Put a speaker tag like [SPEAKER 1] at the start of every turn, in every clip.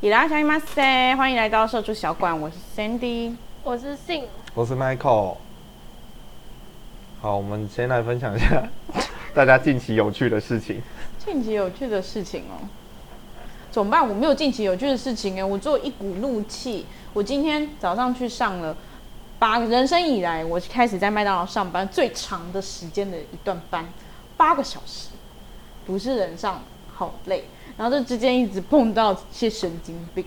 [SPEAKER 1] 伊拉小姨妈塞，欢迎来到社畜小馆，我是 Sandy。
[SPEAKER 2] 我是信，
[SPEAKER 3] 我是 Michael。好，我们先来分享一下 大家近期有趣的事情。
[SPEAKER 1] 近期有趣的事情哦，怎么办？我没有近期有趣的事情哎，我只有一股怒气。我今天早上去上了，八人生以来我开始在麦当劳上班最长的时间的一段班，八个小时，不是人上，好累。然后这之间一直碰到些神经 病，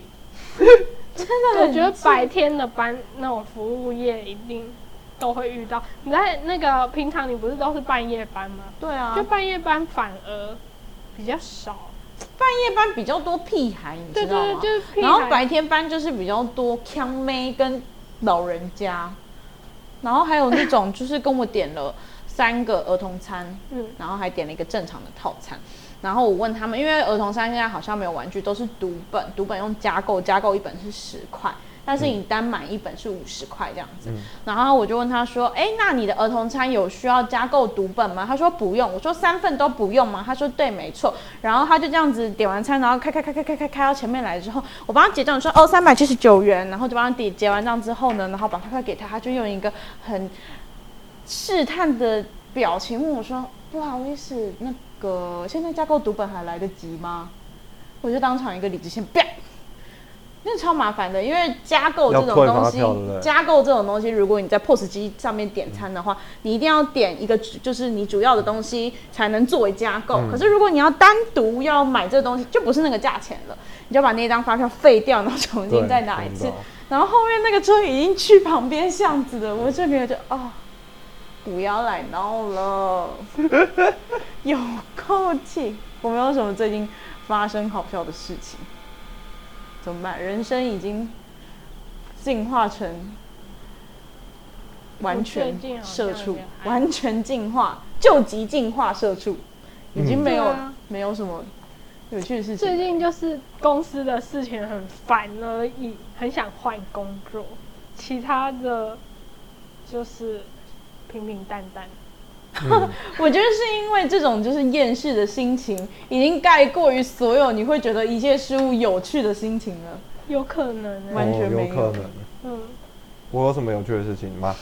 [SPEAKER 2] 我觉得白天的班那种服务业一定都会遇到。你在那个平常你不是都是半夜班吗？
[SPEAKER 1] 对啊，
[SPEAKER 2] 就半夜班反而比较少。
[SPEAKER 1] 半夜班比较多屁孩，你
[SPEAKER 2] 对
[SPEAKER 1] 知道吗？
[SPEAKER 2] 对对，就是屁
[SPEAKER 1] 然后
[SPEAKER 2] 孩
[SPEAKER 1] 白天班就是比较多腔妹跟老人家，然后还有那种就是跟我点了三个儿童餐，
[SPEAKER 2] 嗯
[SPEAKER 1] 然后还点了一个正常的套餐。然后我问他们，因为儿童餐现在好像没有玩具，都是读本，读本用加购，加购一本是十块，但是你单买一本是五十块这样子。然后我就问他说：“哎，那你的儿童餐有需要加购读本吗？”他说：“不用。”我说：“三份都不用吗？”他说：“对，没错。”然后他就这样子点完餐，然后开开开开开开开到前面来之后，我帮他结账，我说：“哦，三百七十九元。”然后就帮他结结完账之后呢，然后把快快给他，他就用一个很试探的表情问我说：“不好意思，那个现在加购读本还来得及吗？”我就当场一个理智线，啪！那超麻烦的，因为加购这
[SPEAKER 3] 要
[SPEAKER 1] 种
[SPEAKER 3] 退
[SPEAKER 1] 东
[SPEAKER 3] 发
[SPEAKER 1] 西，
[SPEAKER 3] 票对不对
[SPEAKER 1] 加购这种东西，如果你在 POS 机上面点餐的话，你一定要点一个主，就是你主要的东西才能作为加购。可是如果你要单独要买这个东西，就不是那个价钱了，你就把那张发票废掉，然后重新再拿一次
[SPEAKER 3] 碰。到
[SPEAKER 1] 然后后面那个车已经去旁边巷子了，我这个人就哦，不要来闹了，有够气！我没有什么最近发生好笑的事情，怎么办？人生已经进化成完全
[SPEAKER 2] 我最近好像
[SPEAKER 1] 社畜
[SPEAKER 2] 也，还好
[SPEAKER 1] 完全进化，救急进化社畜，已经没有、
[SPEAKER 2] 对啊
[SPEAKER 1] 没有什么有趣的事情
[SPEAKER 2] 最。近就是公司的事情很烦而已，很想换工作，其他的就是平平淡淡。
[SPEAKER 1] 我觉得是因为这种就是厌世的心情，已经盖过于所有你会觉得一切事物有趣的心情了。
[SPEAKER 2] 有可能、欸，
[SPEAKER 1] 完全
[SPEAKER 3] 哦
[SPEAKER 1] 没有
[SPEAKER 3] 有可能。
[SPEAKER 2] 嗯，
[SPEAKER 3] 我有什么有趣的事情吗？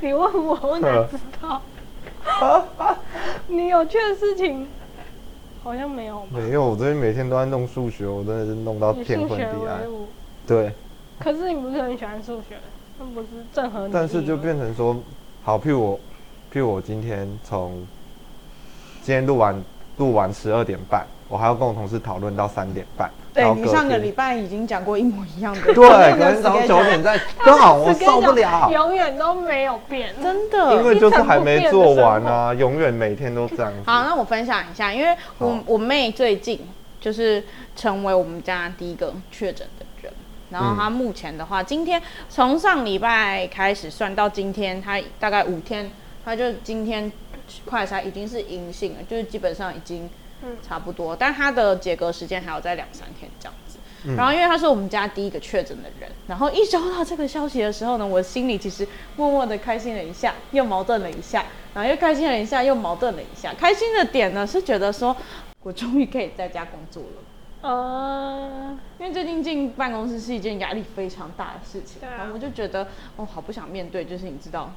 [SPEAKER 2] 你问我，我哪知 道？
[SPEAKER 1] 啊
[SPEAKER 2] 你有趣的事情好像没有吧？
[SPEAKER 3] 没有，我最近每天都在弄数学，我真的是弄到
[SPEAKER 2] 你
[SPEAKER 3] 天
[SPEAKER 2] 数
[SPEAKER 3] 昏
[SPEAKER 2] 学
[SPEAKER 3] 地啊
[SPEAKER 2] 唯
[SPEAKER 3] 暗。
[SPEAKER 2] 物，
[SPEAKER 3] 对，
[SPEAKER 2] 可是你不是很喜欢数学，那不是正合你意吗
[SPEAKER 3] 但是就变成说，好，譬如我，譬如我今天从今天录完录完十二点半，我还要跟我同事讨论到三点半。然
[SPEAKER 1] 对
[SPEAKER 3] 后
[SPEAKER 1] 你
[SPEAKER 3] 隔
[SPEAKER 1] 上个
[SPEAKER 3] 天
[SPEAKER 1] 礼拜已经讲过一模一样的，
[SPEAKER 3] 对，可
[SPEAKER 1] 跟
[SPEAKER 3] 能早上九点
[SPEAKER 1] 啊
[SPEAKER 3] 再，刚好我受不了。
[SPEAKER 2] 永远都没有变。
[SPEAKER 1] 真的，
[SPEAKER 3] 因为就是还没做完啊，永远每天都这样子。
[SPEAKER 1] 好，那我分享一下，因为我
[SPEAKER 3] 好
[SPEAKER 1] 我妹最近就是成为我们家第一个确诊的人，然后她目前的话，今天从上礼拜开始算到今天，她大概五天，她就今天快筛已经是阴性了，就是基本上已经
[SPEAKER 2] 嗯
[SPEAKER 1] 差不多，但她的解隔时间还要在两三天这样子。然后，因为她是我们家第一个确诊的人，然后一收到这个消息的时候呢，我心里其实默默的开心了一下，又矛盾了一下，然后又开心了一下，又矛盾了一下。开心的点呢是觉得说，我终于可以在家工作了，
[SPEAKER 2] 呃，
[SPEAKER 1] 因为最近进办公室是一件压力非常大的事情，
[SPEAKER 2] 对啊
[SPEAKER 1] 然后我就觉得，哦，好不想面对，就是你知道，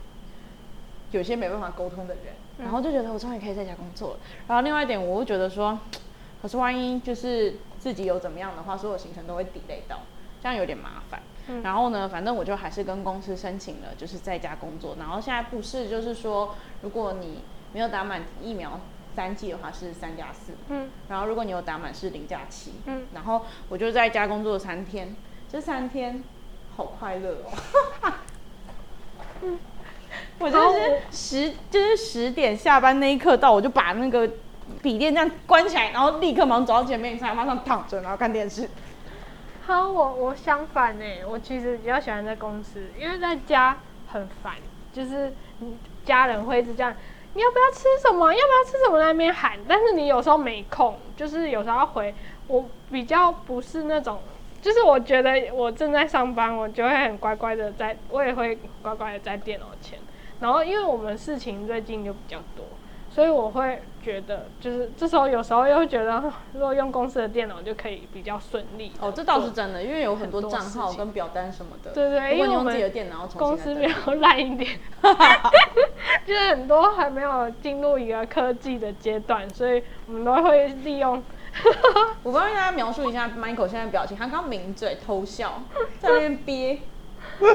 [SPEAKER 1] 有些没办法沟通的人，
[SPEAKER 2] 嗯
[SPEAKER 1] 然后就觉得我终于可以在家工作了。然后另外一点，我会觉得说，可是万一就是自己有怎么样的话，所有行程都会 delay 到，这样有点麻烦。
[SPEAKER 2] 嗯
[SPEAKER 1] 然后呢，反正我就还是跟公司申请了，就是在家工作。然后现在不是就是说，如果你没有打满疫苗三剂的话是三加四，
[SPEAKER 2] 嗯
[SPEAKER 1] 然后如果你有打满是零加七，
[SPEAKER 2] 嗯
[SPEAKER 1] 然后我就在家工作三天，这三天好快乐哦。 我就是十，就是十点下班那一刻到，我就把那个笔电这样关起来，然后立刻马上走到前面一上，马上躺着，然后看电视。
[SPEAKER 2] 好，我我相反呢、欸我其实比较喜欢在公司，因为在家很烦，就是你家人会一直这样，你要不要吃什么？要不要吃什么？在那边喊，但是你有时候没空，就是有时候要回。我比较不是那种，就是我觉得我正在上班，我就会很乖乖的在，我也会乖乖的在电脑前。然后因为我们事情最近就比较多，所以我会觉得，就是这时候有时候又会觉得，哦如果用公司的电脑就可以比较顺利。
[SPEAKER 1] 哦，这倒是真的，因为有很多
[SPEAKER 2] 很多
[SPEAKER 1] 账
[SPEAKER 2] 事
[SPEAKER 1] 号
[SPEAKER 2] 情
[SPEAKER 1] 跟表单什么的。
[SPEAKER 2] 对
[SPEAKER 1] 如果
[SPEAKER 2] 对因为
[SPEAKER 1] 你
[SPEAKER 2] 我
[SPEAKER 1] 用
[SPEAKER 2] 们
[SPEAKER 1] 自己的电脑，重新
[SPEAKER 2] 公
[SPEAKER 1] 再
[SPEAKER 2] 司
[SPEAKER 1] 登
[SPEAKER 2] 比较烂一 点， 就是很多还没有进入一个科技的阶段，所以我们都会利用
[SPEAKER 1] 我帮大家描述一下 Michael 现在的表情，他刚抿嘴偷笑，在那边憋。
[SPEAKER 2] 对，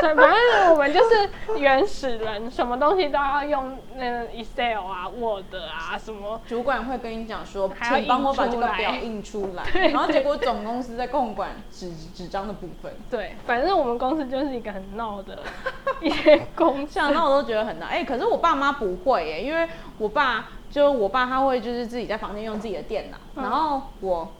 [SPEAKER 2] 所以反正我们就是原始人，什么东西都要用那个 Excel 啊、Word 啊什么。
[SPEAKER 1] 主管会跟你讲说，
[SPEAKER 2] 还要
[SPEAKER 1] 请帮我把
[SPEAKER 2] 印
[SPEAKER 1] 这
[SPEAKER 2] 出
[SPEAKER 1] 个
[SPEAKER 2] 来
[SPEAKER 1] 表印出来，
[SPEAKER 2] 对
[SPEAKER 1] 然后
[SPEAKER 2] 对
[SPEAKER 1] 结果总公司在控管纸纸张的部 分，
[SPEAKER 2] 对，反正我们公司就是一个很闹的一些 公司。
[SPEAKER 1] 想到我都觉得很难。哎、可是我爸妈不会耶、因为我爸就我爸他会就是自己在房间用自己的电脑，
[SPEAKER 2] 嗯
[SPEAKER 1] 然后我。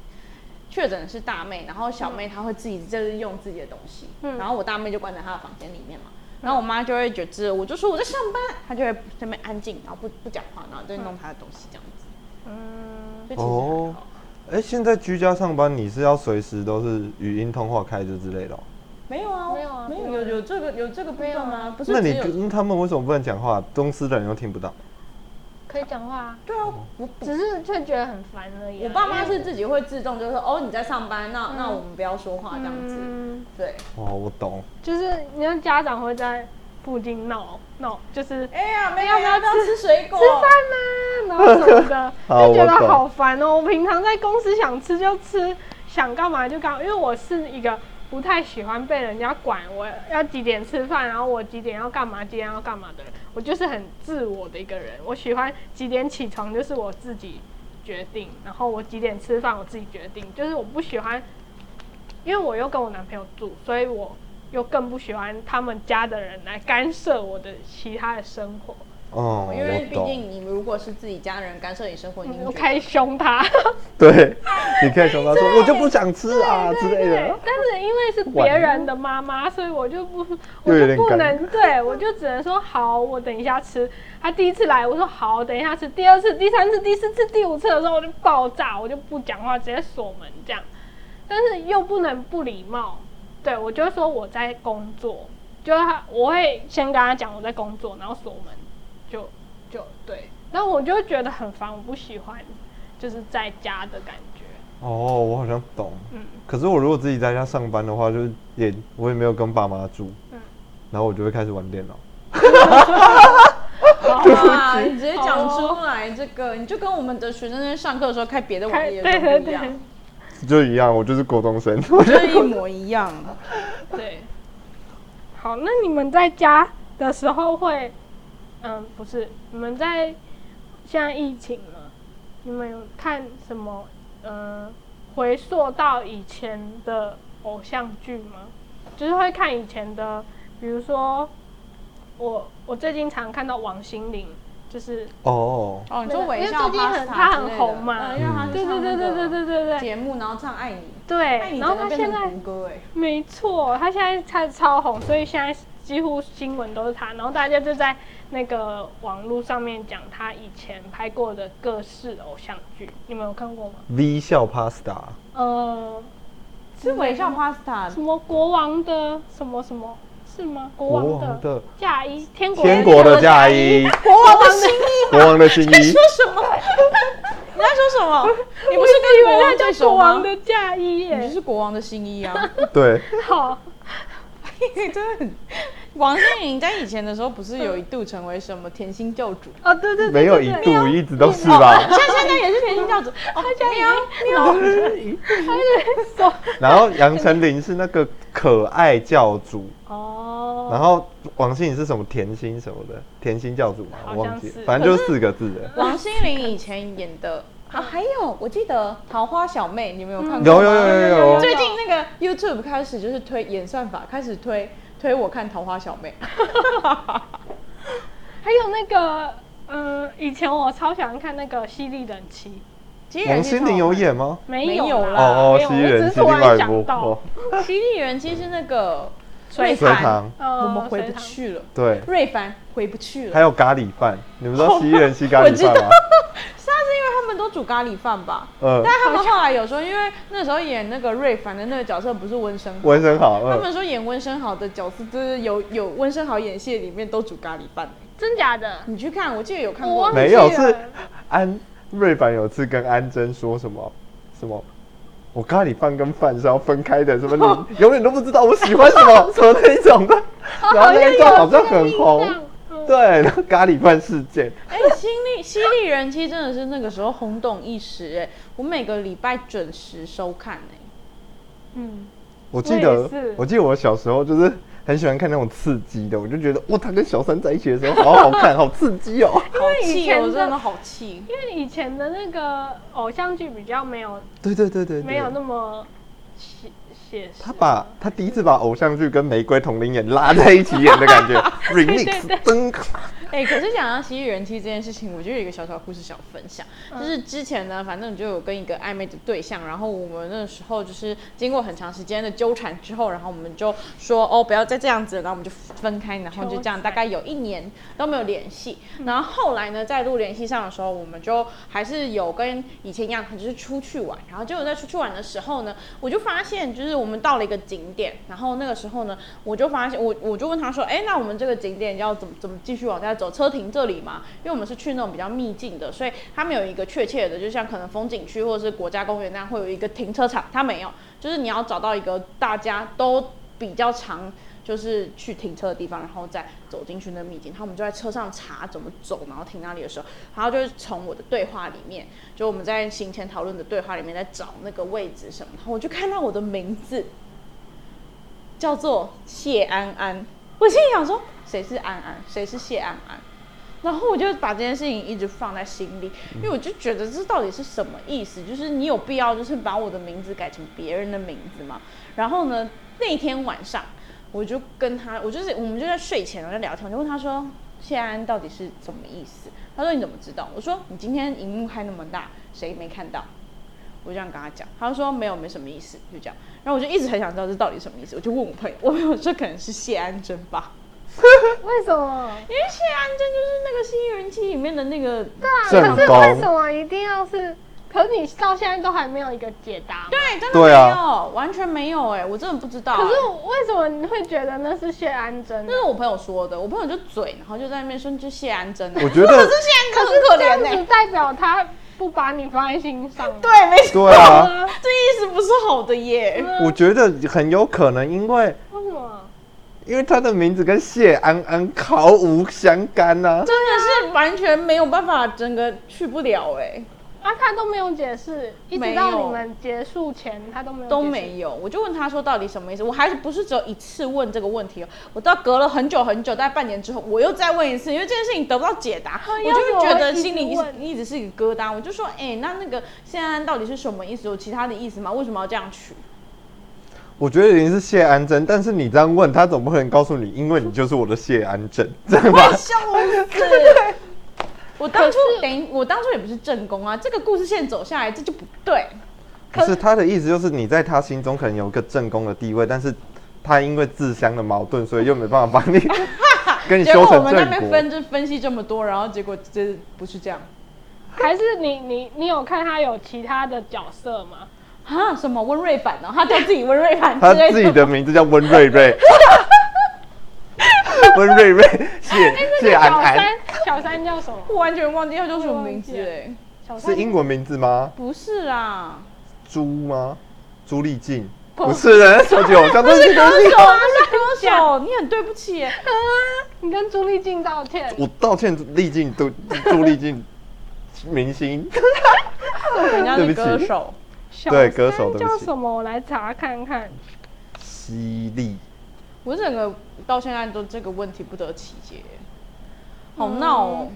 [SPEAKER 1] 确诊是大妹，然后小妹她会自己就是用自己的东西，
[SPEAKER 2] 嗯
[SPEAKER 1] 然后我大妹就关在她的房间里面嘛，然后我妈就会觉知，我就说我在上班，她就会在那边安静，然后不不讲话，然后就弄她的东西这样子，
[SPEAKER 2] 嗯，
[SPEAKER 1] 所以其实还
[SPEAKER 3] 哦
[SPEAKER 1] 好。
[SPEAKER 3] 哎、现在居家上班，你是要随时都是语音通话开着之类的哦、
[SPEAKER 1] 没有啊，
[SPEAKER 2] 没有啊
[SPEAKER 1] 没有
[SPEAKER 2] 不会
[SPEAKER 1] 有有这个有这个部
[SPEAKER 2] 没有
[SPEAKER 1] 分
[SPEAKER 2] 啊
[SPEAKER 1] 吗？不是
[SPEAKER 3] 那
[SPEAKER 1] 只
[SPEAKER 3] 你
[SPEAKER 1] 有
[SPEAKER 3] 跟他们为什么不能讲话？公司的人又听不到。
[SPEAKER 2] 可以讲话啊，
[SPEAKER 1] 对啊，我
[SPEAKER 2] 只是就觉得很烦而已啊、
[SPEAKER 1] 我爸妈
[SPEAKER 2] 因为
[SPEAKER 1] 是自己会自动就是说哦你在上班，那、那我们不要说话这样子，
[SPEAKER 2] 嗯
[SPEAKER 1] 对。
[SPEAKER 3] 哦，我懂。
[SPEAKER 2] 就是你看家长会在附近闹闹，就是吃
[SPEAKER 1] 哎呀，没
[SPEAKER 2] 啊
[SPEAKER 1] 有要不要吃水果？
[SPEAKER 2] 饭啦、然后 什么的，
[SPEAKER 3] 好
[SPEAKER 2] 就觉
[SPEAKER 3] 我懂
[SPEAKER 2] 得好烦哦。我平常在公司想吃就吃，想干嘛就干嘛，因为我是一个不太喜欢被人家管我要几点吃饭，然后我几点要干嘛，几点要干嘛的人。我就是很自我的一个人，我喜欢几点起床就是我自己决定，然后我几点吃饭我自己决定，就是我不喜欢，因为我又跟我男朋友住，所以我又更不喜欢他们家的人来干涉我的其他的生活。
[SPEAKER 3] 哦，
[SPEAKER 1] 因为
[SPEAKER 3] 我
[SPEAKER 1] 毕
[SPEAKER 3] 懂。
[SPEAKER 1] 竟你如果是自己家人干涉你生活，你
[SPEAKER 2] 我
[SPEAKER 1] 会觉
[SPEAKER 2] 开始凶他。
[SPEAKER 3] 对，你可以跟他 说，我就不想吃啊之类
[SPEAKER 2] 对
[SPEAKER 3] 的，。嗯
[SPEAKER 2] 但是因为是别人的妈妈，所以我就不，我
[SPEAKER 3] 又有
[SPEAKER 2] 就
[SPEAKER 3] 点
[SPEAKER 2] 不
[SPEAKER 3] 尴
[SPEAKER 2] 能，对我就只能说好，我等一下吃。他第一次来，我说好，等一下吃。第二次、第三次、第四次、第五次的时候，我就爆炸，我就不讲话，直接锁门这样。但是又不能不礼貌，对我就说我在工作，就是他我会先跟他讲我在工作，然后锁门，就就对。但我就觉得很烦，我不喜欢，就是在家的感觉。
[SPEAKER 3] 哦，我好像懂。
[SPEAKER 2] 嗯
[SPEAKER 3] 可是我如果自己在家上班的话，就是也我也没有跟爸妈住，
[SPEAKER 2] 嗯
[SPEAKER 3] 然后我就会开始玩电脑。
[SPEAKER 2] 嗯
[SPEAKER 1] 得哇，你直接讲出来这个，你就跟我们的学生在上课的时候开别的网
[SPEAKER 2] 开
[SPEAKER 1] 页
[SPEAKER 2] 对
[SPEAKER 1] 的时
[SPEAKER 2] 对
[SPEAKER 1] 候不一
[SPEAKER 2] 对
[SPEAKER 1] 样，
[SPEAKER 3] 就一样，我就是国 中生。
[SPEAKER 1] 就是一模一样。
[SPEAKER 2] 对。好，那你们在家的时候会，嗯，不是，你们在现在疫情了，你们有看什么？嗯，回溯到以前的偶像剧吗？就是会看以前的，比如说我我最近常看到王心凌，就是
[SPEAKER 3] 哦，
[SPEAKER 1] 哦，你说微
[SPEAKER 2] 因为
[SPEAKER 1] 笑
[SPEAKER 2] 最近
[SPEAKER 1] pasta
[SPEAKER 2] 很他很
[SPEAKER 1] 之类的
[SPEAKER 2] 红嘛
[SPEAKER 1] 嗯因为他
[SPEAKER 2] 对
[SPEAKER 1] 去
[SPEAKER 2] 对
[SPEAKER 1] 上
[SPEAKER 2] 对对对
[SPEAKER 1] 那个
[SPEAKER 2] 对对对
[SPEAKER 1] 节目，然后唱爱你，爱
[SPEAKER 2] 对，
[SPEAKER 1] 你
[SPEAKER 2] 然后
[SPEAKER 1] 整
[SPEAKER 2] 他
[SPEAKER 1] 个
[SPEAKER 2] 现
[SPEAKER 1] 变
[SPEAKER 2] 在
[SPEAKER 1] 成国歌哎，
[SPEAKER 2] 没错，他现在他超红，所以现在几乎新闻都是他，然后大家就在那个网络上面讲他以前拍过的各式偶像剧，你们有看过吗？
[SPEAKER 3] 微笑 Pasta，
[SPEAKER 2] 呃，
[SPEAKER 1] 是微笑 pasta
[SPEAKER 2] 什么国王的什么什么是吗？国
[SPEAKER 3] 国
[SPEAKER 2] 王
[SPEAKER 3] 王
[SPEAKER 2] 的
[SPEAKER 3] 的
[SPEAKER 2] 嫁衣，天国
[SPEAKER 3] 天国的嫁衣，
[SPEAKER 1] 国王的心意。
[SPEAKER 3] 国王的新衣
[SPEAKER 1] 说，什么？ 你在说什 么？你不是
[SPEAKER 2] 以
[SPEAKER 1] 跟国
[SPEAKER 2] 为那
[SPEAKER 1] 王最
[SPEAKER 2] 叫国
[SPEAKER 1] 熟吗
[SPEAKER 2] 王？的嫁衣
[SPEAKER 1] 你就
[SPEAKER 2] 耶，
[SPEAKER 1] 是国王的新衣啊！
[SPEAKER 3] 对，
[SPEAKER 2] 好，
[SPEAKER 1] 真的很。 王心凌在以前的时候，不是有一度成为什么甜心教主？
[SPEAKER 2] 哦对对对，
[SPEAKER 3] 没有
[SPEAKER 2] 对
[SPEAKER 3] 一
[SPEAKER 2] 对
[SPEAKER 3] 度，一直都是 吧。
[SPEAKER 1] 现在现在也是甜心教主。哦，喵喵，
[SPEAKER 3] 然后杨丞琳是那个可爱教主，
[SPEAKER 2] 哦，
[SPEAKER 3] 然后王心凌是什么甜心什么的，甜心教主嘛，
[SPEAKER 2] 好
[SPEAKER 3] 我
[SPEAKER 2] 像
[SPEAKER 3] 忘记，
[SPEAKER 2] 是
[SPEAKER 3] 了，反正就是四个字的。
[SPEAKER 1] 王心凌以前演的啊，还有我记得《桃花小妹》，你们嗯有看过
[SPEAKER 3] 有
[SPEAKER 1] 吗
[SPEAKER 3] 有有有有有，
[SPEAKER 1] 最近那个 YouTube 开始就是推演算法，开始推推我看《桃花小妹》。
[SPEAKER 2] 还有那个，嗯，以前我超喜欢看那个《犀利人妻》，
[SPEAKER 1] 其实
[SPEAKER 3] 王心凌有演吗？
[SPEAKER 2] 没
[SPEAKER 1] 没有
[SPEAKER 2] 有
[SPEAKER 1] 啦
[SPEAKER 2] 啦，
[SPEAKER 3] 哦哦，
[SPEAKER 2] 没有
[SPEAKER 3] 西
[SPEAKER 2] 我只
[SPEAKER 3] 人
[SPEAKER 2] 是突
[SPEAKER 3] 是另外
[SPEAKER 2] 然
[SPEAKER 3] 一
[SPEAKER 2] 想
[SPEAKER 3] 部。
[SPEAKER 2] 到
[SPEAKER 3] 哦，
[SPEAKER 1] 《犀利人妻》是那个
[SPEAKER 2] 隋
[SPEAKER 3] 隋唐，
[SPEAKER 2] 呃，
[SPEAKER 1] 我们回不
[SPEAKER 2] 隋唐，
[SPEAKER 1] 去了。
[SPEAKER 3] 对，
[SPEAKER 1] 瑞凡回不去了
[SPEAKER 3] 还。有咖喱饭，你们知道西人西咖
[SPEAKER 1] 我
[SPEAKER 3] 喱
[SPEAKER 1] 知
[SPEAKER 3] 饭吗？
[SPEAKER 1] 是啊，是因为他们都煮咖喱饭吧？
[SPEAKER 3] 嗯
[SPEAKER 1] 但，他们后来有说，因为那时候演那个瑞凡的那个角色不是温升豪，
[SPEAKER 3] 纹身好，
[SPEAKER 1] 他
[SPEAKER 3] 嗯，
[SPEAKER 1] 们说演温升豪的角色就是有有温升豪演戏里面都煮咖喱饭，
[SPEAKER 2] 真假的？
[SPEAKER 1] 你去看，我记得有看
[SPEAKER 2] 我
[SPEAKER 1] 过
[SPEAKER 2] 忘。记
[SPEAKER 3] 没有
[SPEAKER 2] 了
[SPEAKER 3] 是安瑞版有次跟安贞说什么什么，我咖喱饭跟饭是要分开的，什么 你永远都不知道我喜欢什么 什么那一种的，
[SPEAKER 2] 哦
[SPEAKER 3] 然后那一段好像很红，
[SPEAKER 2] 对，
[SPEAKER 3] 对，那咖喱饭事件，
[SPEAKER 1] 哎、犀利犀利人妻真的是那个时候轰动一时哎、我每个礼拜准时收看哎、
[SPEAKER 2] 嗯，
[SPEAKER 3] 我记
[SPEAKER 2] 我
[SPEAKER 3] 得
[SPEAKER 2] 也是
[SPEAKER 3] 我记得我小时候就是很喜欢看那种刺激的，我就觉得哇，他跟小三在一起的时候好好看，好刺激哦，
[SPEAKER 1] 好
[SPEAKER 2] 以
[SPEAKER 1] 气
[SPEAKER 2] 前
[SPEAKER 1] 哦，我
[SPEAKER 2] 的
[SPEAKER 1] 真的好气。
[SPEAKER 2] 因为以前的那个偶像剧比较没有
[SPEAKER 3] 对对对对对，
[SPEAKER 2] 没有那么写写实。
[SPEAKER 3] 他把他第一次把偶像剧跟玫瑰同龄演拉在一起演 的感觉，remix 噔，
[SPEAKER 1] 哎、可是讲到犀利人妻这件事情，我就有一个小小故事想分享，就是之前呢，反正就有跟一个暧昧的对象，然后我们那时候就是经过很长时间的纠缠之后，然后我们就说哦，不要再这样子了，然后我们就分开，然后就这样，
[SPEAKER 2] 纠缠
[SPEAKER 1] 大概有一年都没有联系。然后后来呢，再度联系上的时候，我们就还是有跟以前一样，就是出去玩。然后结果在出去玩的时候呢，我就发现，就是我们到了一个景点，然后那个时候呢，我就发现我我就问他说，哎，那我们这个景点要怎么怎么继续往下走？车停这里吗？因为我们是去那种比较秘境的，所以他们有一个确切的，就像可能风景区或者是国家公园那样，会有一个停车场，它没有，就是你要找到一个大家都比较常就是去停车的地方，然后再走进去那秘境。然后我们就在车上查怎么走，然后停哪里的时候，然后就是从我的对话里面，就我们在行前讨论的对话里面在找那个位置什么，然后我就看到我的名字叫做谢安安，我心里想说谁是安安，谁是谢安安。然后我就把这件事情一直放在心里，因为我就觉得这到底是什么意思？就是你有必要就是把我的名字改成别人的名字吗？然后呢，那天晚上我就跟他，我就是我们就在睡前我就聊天，我就问他说谢安到底是什么意思？他说你怎么知道？我说你今天荧幕开那么大，谁没看到？我就这样跟他讲，他就说没有，没什么意思，就这样。然后我就一直很想知道这到底什么意思，我就问我朋友，我朋友说可能是谢安珍吧，
[SPEAKER 2] 为什么？
[SPEAKER 1] 因为谢安珍就是那个《新人妻》里面的那个
[SPEAKER 3] 正
[SPEAKER 2] 啊可是为什
[SPEAKER 3] 宫，
[SPEAKER 2] 么一定要是？可是你到现在都还没有一个解答。
[SPEAKER 1] 对，真的没
[SPEAKER 3] 对
[SPEAKER 1] 有，
[SPEAKER 3] 啊
[SPEAKER 1] 完全没有哎、我真的不知道、
[SPEAKER 2] 可是我为什么你会觉得那是谢安贞呢
[SPEAKER 1] 那？是我朋友说的，我朋友就嘴，然后就在那边说就谢安珍、啊，
[SPEAKER 3] 我 觉
[SPEAKER 1] 可
[SPEAKER 3] 得
[SPEAKER 1] 是谢安珍很可
[SPEAKER 2] 可是这
[SPEAKER 1] 怜欸
[SPEAKER 2] 样
[SPEAKER 1] 呢、
[SPEAKER 2] 子代表他不把你放在心上。
[SPEAKER 1] 对，没错，
[SPEAKER 3] 对啊，
[SPEAKER 1] 这意思不是好的耶。
[SPEAKER 3] 我觉得很有可能因为
[SPEAKER 2] 为什么？
[SPEAKER 3] 因为他的名字跟谢安安毫无相干呐、啊，
[SPEAKER 1] 真的是完全没有办法，整个去不了哎、
[SPEAKER 2] 啊，他都没有解释，一直
[SPEAKER 1] 没
[SPEAKER 2] 到
[SPEAKER 1] 有
[SPEAKER 2] 你们结束前，他都没有
[SPEAKER 1] 都
[SPEAKER 2] 解释
[SPEAKER 1] 没有。我就问他说到底什么意思？我还是不是只有一次问这个问题哦？我到隔了很久很久，大概半年之后，我又再问一次，因为这件事情得不到解答，我
[SPEAKER 2] 要
[SPEAKER 1] 就
[SPEAKER 2] 不
[SPEAKER 1] 会觉
[SPEAKER 2] 我
[SPEAKER 1] 得
[SPEAKER 2] 一直
[SPEAKER 1] 心里一直
[SPEAKER 2] 问
[SPEAKER 1] 一直是一个疙瘩。我就说，哎、那那个现在到底是什么意思？有其他的意思吗？为什么要这样取？
[SPEAKER 3] 我觉得一定是谢安贞，但是你这样问他总不可能告诉你，因为你就是我的谢安 贞，这样吧？
[SPEAKER 1] 笑死！我当初等于我当初也不是正宫啊，这个故事线走下来这就不对。
[SPEAKER 3] 不是他的意思就是你在他心中可能有一个正宫的地位，但是他因为自相的矛盾，所以又没办法 帮你跟你
[SPEAKER 1] 结
[SPEAKER 3] 修
[SPEAKER 1] 果我
[SPEAKER 3] 成
[SPEAKER 1] 们那
[SPEAKER 3] 正
[SPEAKER 1] 边
[SPEAKER 3] 果。
[SPEAKER 1] 分就分析这么多，然后结果这不是这样
[SPEAKER 2] 还是你你你有看他有其他的角色吗？
[SPEAKER 1] 啊？什么温瑞版呢、他叫自己温瑞版之
[SPEAKER 3] 他
[SPEAKER 1] 类
[SPEAKER 3] 自己
[SPEAKER 1] 的。
[SPEAKER 3] 的名字叫温瑞 瑞，温瑞瑞，
[SPEAKER 1] 哎
[SPEAKER 3] 谢谢安
[SPEAKER 2] 小
[SPEAKER 3] 安，
[SPEAKER 2] 三，小三叫什么？
[SPEAKER 1] 我完全忘记他叫什么名字
[SPEAKER 2] 我也忘记
[SPEAKER 1] 哎、
[SPEAKER 2] 了小三
[SPEAKER 3] 是英文名字吗？
[SPEAKER 1] 不是啊啦，
[SPEAKER 3] 朱吗？朱丽静？不是人，小姐，我刚刚是
[SPEAKER 1] 歌手，那是歌手，你很对不起欸耶。
[SPEAKER 2] 你跟朱丽静道歉，
[SPEAKER 3] 我道歉，丽静都朱丽静明星，
[SPEAKER 1] 人家
[SPEAKER 3] 对
[SPEAKER 1] 是
[SPEAKER 3] 不
[SPEAKER 1] 歌
[SPEAKER 3] 起
[SPEAKER 1] 手，
[SPEAKER 2] 小
[SPEAKER 3] 对歌手
[SPEAKER 2] 三
[SPEAKER 3] 对不
[SPEAKER 2] 叫
[SPEAKER 3] 起
[SPEAKER 2] 什么？我来查看看。
[SPEAKER 3] 犀利。
[SPEAKER 1] 我整个到现在都这个问题不得其解，欸好闹哦。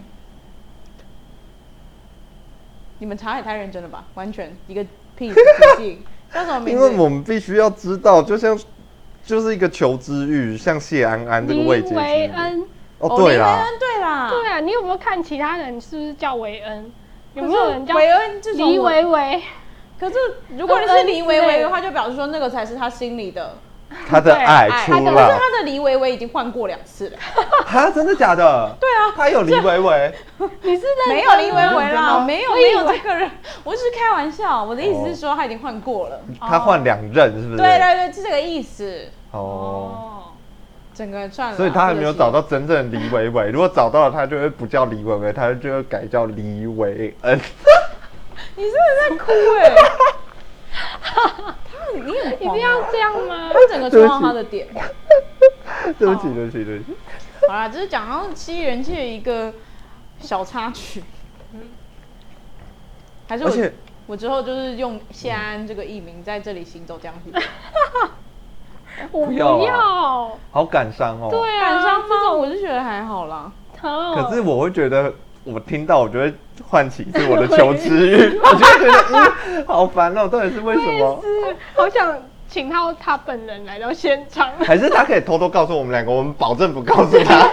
[SPEAKER 1] 你们查也太认真了吧，完全一个屁不进。叫什么名
[SPEAKER 3] 因为
[SPEAKER 1] 字？
[SPEAKER 3] 我们必须要知道，就像就是一个求知欲，像谢安安这个
[SPEAKER 2] 黎
[SPEAKER 3] 未解
[SPEAKER 2] 维
[SPEAKER 3] 之谜。
[SPEAKER 2] 恩，
[SPEAKER 3] 哦，对
[SPEAKER 1] 林维
[SPEAKER 3] 啦，
[SPEAKER 1] 恩，对啦，
[SPEAKER 2] 对啊，你有没有看其他人是不是叫维恩？有
[SPEAKER 1] 可
[SPEAKER 2] 没
[SPEAKER 1] 是
[SPEAKER 2] 有人叫
[SPEAKER 1] 维恩这种
[SPEAKER 2] 黎
[SPEAKER 1] 我？
[SPEAKER 2] 维维？
[SPEAKER 1] 可是如果你
[SPEAKER 2] 恩
[SPEAKER 1] 是
[SPEAKER 2] 恩
[SPEAKER 1] 黎
[SPEAKER 2] 之
[SPEAKER 1] 维维
[SPEAKER 2] 类
[SPEAKER 1] 的
[SPEAKER 2] 的
[SPEAKER 1] 话，就表示说那个才是他心里的。
[SPEAKER 3] 他的
[SPEAKER 2] 对
[SPEAKER 3] 爱
[SPEAKER 1] 爱
[SPEAKER 3] 出
[SPEAKER 1] 他可是
[SPEAKER 3] 了，
[SPEAKER 1] 他的黎维维已经换过两次了，
[SPEAKER 3] 哈，真的假的？对
[SPEAKER 1] 啊
[SPEAKER 3] 他有黎维维，
[SPEAKER 2] 你是在
[SPEAKER 1] 没有黎维维
[SPEAKER 3] 真的
[SPEAKER 1] 啦，
[SPEAKER 3] 吗
[SPEAKER 1] 没有
[SPEAKER 2] 我
[SPEAKER 1] 没
[SPEAKER 2] 以
[SPEAKER 1] 有
[SPEAKER 2] 为
[SPEAKER 1] 这个人，我只是开玩笑，我的意思是说他已经
[SPEAKER 3] 哦
[SPEAKER 1] 换过了。
[SPEAKER 3] 他换两任是不是？
[SPEAKER 1] 对对对，是这个意思。
[SPEAKER 3] 哦，
[SPEAKER 2] 哦，
[SPEAKER 1] 整个算了啦。
[SPEAKER 3] 所以他还没有
[SPEAKER 1] 这个是
[SPEAKER 3] 找到真正的李伟伟。如果找到了，他就会不叫李伟伟，他就会改叫李伟恩。
[SPEAKER 1] 你真的在哭哎、他很你很啊
[SPEAKER 2] 一定要这样吗
[SPEAKER 1] 他？整个戳到他的点。
[SPEAKER 3] 对不起，对不起，对不起。
[SPEAKER 1] 好啦，只是讲到蜥蜴人界的一个小插曲。还是
[SPEAKER 3] 而且
[SPEAKER 1] 我我之后就是用谢安这个艺名在这里行走这样子。
[SPEAKER 2] 我不
[SPEAKER 3] 要啊
[SPEAKER 2] 要，
[SPEAKER 3] 好感伤哦。
[SPEAKER 2] 对哦啊，
[SPEAKER 1] 感伤吗？我是觉得还好啦。
[SPEAKER 2] 好
[SPEAKER 3] 可是我会觉得，我听到我就会唤 起是我的求知欲， 我就觉得，嗯，好烦哦，到底是为什么？
[SPEAKER 2] 是好想请到他本人来到现场，
[SPEAKER 3] 还是他可以偷偷告诉我们两个，我们保证不告诉他。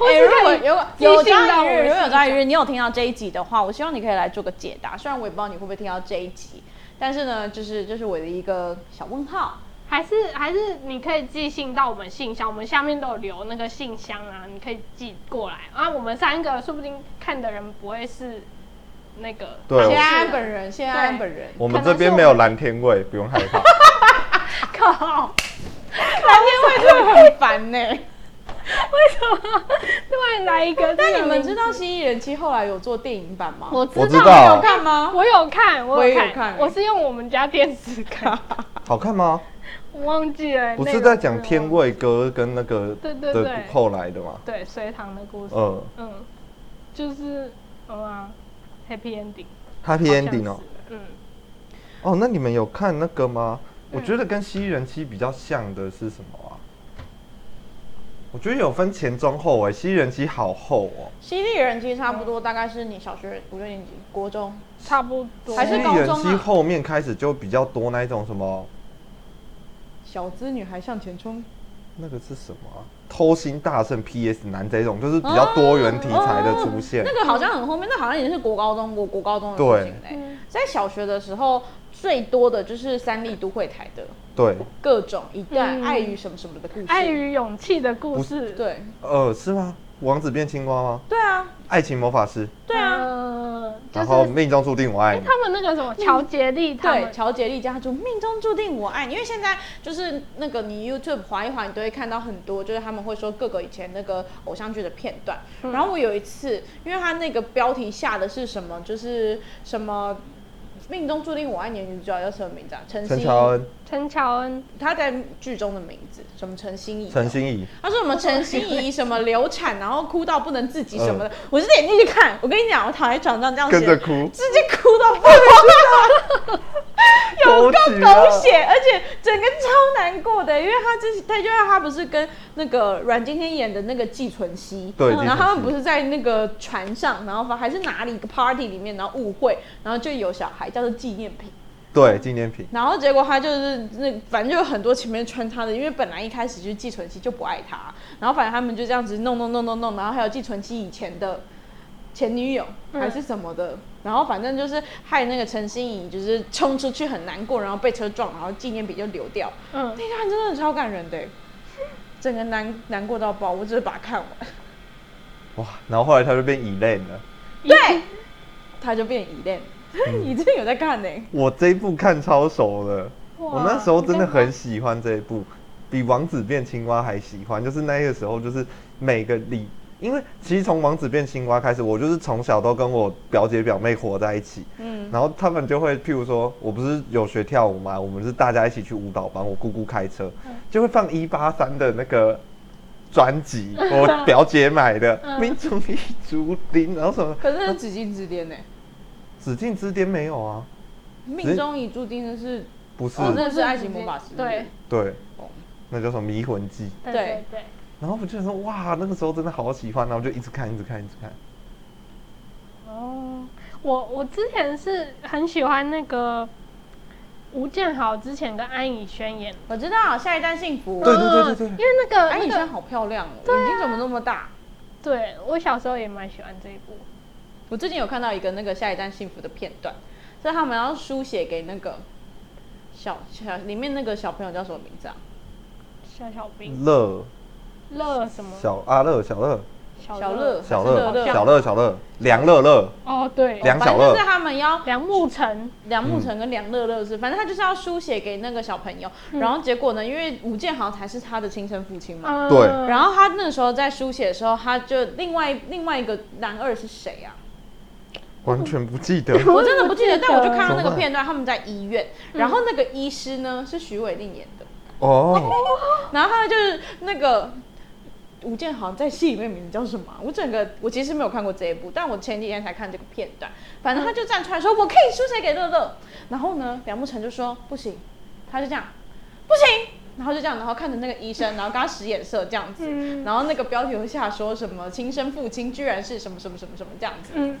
[SPEAKER 1] 哎、如果有有
[SPEAKER 2] 寄信
[SPEAKER 1] 朝
[SPEAKER 2] 到
[SPEAKER 1] 一
[SPEAKER 2] 我
[SPEAKER 1] 日，
[SPEAKER 2] 们
[SPEAKER 1] 如果有
[SPEAKER 2] 信
[SPEAKER 1] 朝一日你有听到这一集的话，我希望你可以来做个解答。虽然我也不知道你会不会听到这一集，但是呢，就是这、是我的一个小问号。
[SPEAKER 2] 还是还是你可以寄信到我们信箱，我们下面都有留那个信箱啊，你可以寄过来啊。我们三个说不定看的人不会是那个，
[SPEAKER 3] 对
[SPEAKER 1] 谢
[SPEAKER 3] 我
[SPEAKER 1] 安本人，谢安
[SPEAKER 2] 对
[SPEAKER 1] 本人，
[SPEAKER 3] 我们这边没有蓝天味，不用害怕。
[SPEAKER 2] 靠，
[SPEAKER 1] 蓝天会真的很烦呢、
[SPEAKER 2] 为什么突 然来一个？
[SPEAKER 1] 但你们知道《蜥蜴人妻》后来有做电影版吗？
[SPEAKER 2] 我
[SPEAKER 3] 我
[SPEAKER 2] 知
[SPEAKER 3] 知
[SPEAKER 2] 道，
[SPEAKER 3] 道，
[SPEAKER 1] 看吗？
[SPEAKER 2] 我有看，我
[SPEAKER 1] 我也
[SPEAKER 2] 有
[SPEAKER 1] 有
[SPEAKER 2] 看，
[SPEAKER 1] 看
[SPEAKER 2] 我是用我们家电视 看，
[SPEAKER 3] 好看吗？
[SPEAKER 2] 我忘记了。
[SPEAKER 3] 不
[SPEAKER 2] 内
[SPEAKER 3] 是
[SPEAKER 2] 容
[SPEAKER 3] 在讲天
[SPEAKER 2] 忘
[SPEAKER 3] 味哥跟那个
[SPEAKER 2] 对对
[SPEAKER 3] 的
[SPEAKER 2] 对
[SPEAKER 3] 后来的嘛？
[SPEAKER 2] 对隋唐的故事，
[SPEAKER 3] 嗯
[SPEAKER 2] 嗯，就是嗯啊，Happy Ending。
[SPEAKER 3] ，Happy
[SPEAKER 2] 好像
[SPEAKER 3] Ending 哦
[SPEAKER 2] 是。嗯，
[SPEAKER 3] 哦，那你们有看那个吗？我觉得跟《蜥蜴人妻》比较像的是什么啊？我觉得有分前中后哎、蜥蜴人妻》好厚哦。
[SPEAKER 1] 《蜥蜴人妻》差不多大概是你小学五六年级、国中，
[SPEAKER 2] 差不多。
[SPEAKER 1] 还是
[SPEAKER 3] 蜥
[SPEAKER 1] 高
[SPEAKER 3] 蜴人
[SPEAKER 1] 中
[SPEAKER 3] 妻
[SPEAKER 1] 啊》
[SPEAKER 3] 后面开始就比较多那一种什么，
[SPEAKER 1] 小资女孩向前冲，
[SPEAKER 3] 那个是什么、啊？偷心大圣 PS 男这种，就是比较多元题材的出现。
[SPEAKER 1] 哦那个好像很后面，那好像已经是国高中、国国高中的事情嘞、
[SPEAKER 2] 哎
[SPEAKER 1] 在小学的时候，最多的就是三立都会台的
[SPEAKER 3] 对，
[SPEAKER 1] 各种一段
[SPEAKER 2] 嗯
[SPEAKER 1] 爱与什么什么的故事，
[SPEAKER 2] 爱与勇气的故事。，
[SPEAKER 1] 对
[SPEAKER 3] 呃，是吗？王子变青蛙吗？
[SPEAKER 1] 对啊，
[SPEAKER 3] 爱情魔法师，
[SPEAKER 1] 对啊，
[SPEAKER 2] 嗯，就
[SPEAKER 3] 然
[SPEAKER 2] 是
[SPEAKER 3] 后命中注定我爱你。
[SPEAKER 1] 哎
[SPEAKER 2] 他们那个什么乔杰利他
[SPEAKER 1] 对，
[SPEAKER 2] 们，
[SPEAKER 1] 乔杰利家族命中注定我爱啊你，因为现在就是那个你 YouTube 划一划，你都会看到很多，就是他们会说各个以前那个偶像剧的片段。
[SPEAKER 2] 嗯
[SPEAKER 1] 然后我有一次，因为他那个标题下的是什么，就是什么。命中注定我爱你的女主角叫什么名字啊？陈
[SPEAKER 3] 陈
[SPEAKER 1] 欣
[SPEAKER 3] 乔恩、
[SPEAKER 2] 陈乔恩，
[SPEAKER 1] 她在剧中的名字什么陈欣怡哦？
[SPEAKER 3] 陈欣怡，
[SPEAKER 1] 他说什么陈心怡什么流产，然后哭到不能自己什么的，我就是眼睛去看。我跟你讲，我躺在床上这样
[SPEAKER 3] 嗯跟着
[SPEAKER 1] 写，
[SPEAKER 3] 哭，
[SPEAKER 1] 直接哭到不能自己，有
[SPEAKER 3] 狗
[SPEAKER 1] 够
[SPEAKER 3] 血啊
[SPEAKER 1] 狗血，而且整个超难过的，因为他之前他就是他不是跟那个阮经天演的那个季纯熙，嗯
[SPEAKER 3] 对
[SPEAKER 1] 然后他们
[SPEAKER 3] 季纯熙
[SPEAKER 1] 不是在那个船上，然后反还是哪里一个 party 里面，然后误会，然后就有小孩叫做纪念品。
[SPEAKER 3] 对，纪念品。
[SPEAKER 1] 然后结果他就是那反正就有很多前面穿插的，因为本来一开始就是季纯熙就不爱他，然后反正他们就这样子弄弄弄弄弄，然后还有季纯熙以前的前女友还是什么的，然后反正就是害那个陈心怡就是冲出去很难过，然后被车撞，然后纪念品就流掉，
[SPEAKER 2] 嗯，
[SPEAKER 1] 那段真的超感人的，欸整个难难过到爆，我只是把它看完，
[SPEAKER 3] 哇，然后后来他就变乙类了。
[SPEAKER 1] 对，他就变依恋，你真的有在看欸呢？
[SPEAKER 3] 我这一部看超熟了，
[SPEAKER 2] 哇
[SPEAKER 3] 我那时候真的很喜欢这一部，比《王子变青蛙》还喜欢。就是那个时候，就是每个礼，因为其实从《王子变青蛙》开始，我就是从小都跟我表姐表妹活在一起。
[SPEAKER 1] 嗯，
[SPEAKER 3] 然后他们就会，譬如说，我不是有学跳舞嘛，我们是大家一起去舞蹈班，我姑姑开车，
[SPEAKER 1] 嗯
[SPEAKER 3] 就会放一八三的那个 专辑，我表姐买的
[SPEAKER 1] 嗯
[SPEAKER 3] 《命中已注定》，然后什么
[SPEAKER 1] 可是是紫禁之巅呢，欸
[SPEAKER 3] 《紫禁之巅》没有啊？
[SPEAKER 1] 命中已注定的是。
[SPEAKER 3] 不是，
[SPEAKER 1] 哦那是爱情魔法师
[SPEAKER 2] 对
[SPEAKER 3] 对
[SPEAKER 1] 哦，
[SPEAKER 3] 那叫什么《迷魂记》。
[SPEAKER 2] 对
[SPEAKER 1] 对
[SPEAKER 2] 对对，
[SPEAKER 3] 然后我就说哇，那个时候真的好喜欢，然啊后就一直看，一直看，一直看。
[SPEAKER 2] 哦，我我之前是很喜欢那个吴建豪之前跟安以轩演，
[SPEAKER 1] 我知道，下一站幸福。
[SPEAKER 3] 对对对对
[SPEAKER 2] 因
[SPEAKER 3] 对，
[SPEAKER 2] 为那个啊
[SPEAKER 1] 安以
[SPEAKER 2] 呃那
[SPEAKER 1] 轩
[SPEAKER 2] 个，
[SPEAKER 1] 好漂亮哦，眼睛怎么那么大？
[SPEAKER 2] 对我小时候也蛮喜欢这一部，
[SPEAKER 1] 我最近有看到一个那个下一站幸福的片段，是他们要书写给那个小小里面那个小朋友叫什么名字啊？
[SPEAKER 2] 小小兵
[SPEAKER 3] 乐啊
[SPEAKER 2] 乐什么？
[SPEAKER 3] 小阿乐小乐，
[SPEAKER 1] 小乐、
[SPEAKER 3] 小
[SPEAKER 1] 乐
[SPEAKER 3] 乐、小乐、小乐、梁乐乐、
[SPEAKER 2] 哦，对，
[SPEAKER 3] 梁小
[SPEAKER 1] 反正
[SPEAKER 3] 乐
[SPEAKER 1] 就是，他们要
[SPEAKER 2] 梁木成，
[SPEAKER 1] 梁木成跟梁乐
[SPEAKER 3] 嗯
[SPEAKER 1] 乐是，反正他就是要书写给那个小朋友。
[SPEAKER 2] 嗯
[SPEAKER 1] 然后结果呢，因为吴建豪才是他的亲生父亲嘛，
[SPEAKER 2] 嗯
[SPEAKER 3] 对
[SPEAKER 1] 然后他那个时候在书写的时候，他就另外另外一个男二是谁啊？
[SPEAKER 3] 完全不记得。
[SPEAKER 2] 嗯
[SPEAKER 1] 我真的不记得，
[SPEAKER 2] 我也不记得
[SPEAKER 1] 但我就看到那
[SPEAKER 3] 怎
[SPEAKER 1] 个
[SPEAKER 3] 么办
[SPEAKER 1] 片段，他们在医院，
[SPEAKER 2] 嗯
[SPEAKER 1] 然后那个医师呢是徐伟宁演的，
[SPEAKER 3] 哦，
[SPEAKER 1] 然后他就是那个吴建豪在戏里面名字叫什么啊、我整个我其实没有看过这一部，但我前几天才看这个片段。反正他就站出来说：“我可以输谁给乐乐。”然后呢，梁木成就说：“不行。”他就这样，不行。然后就这样，然后看着那个医生，然后跟他使眼色这样子，
[SPEAKER 2] 嗯
[SPEAKER 1] 然后那个标题会下说什么亲生父亲居然是什么什么什么什么这样子，
[SPEAKER 2] 嗯，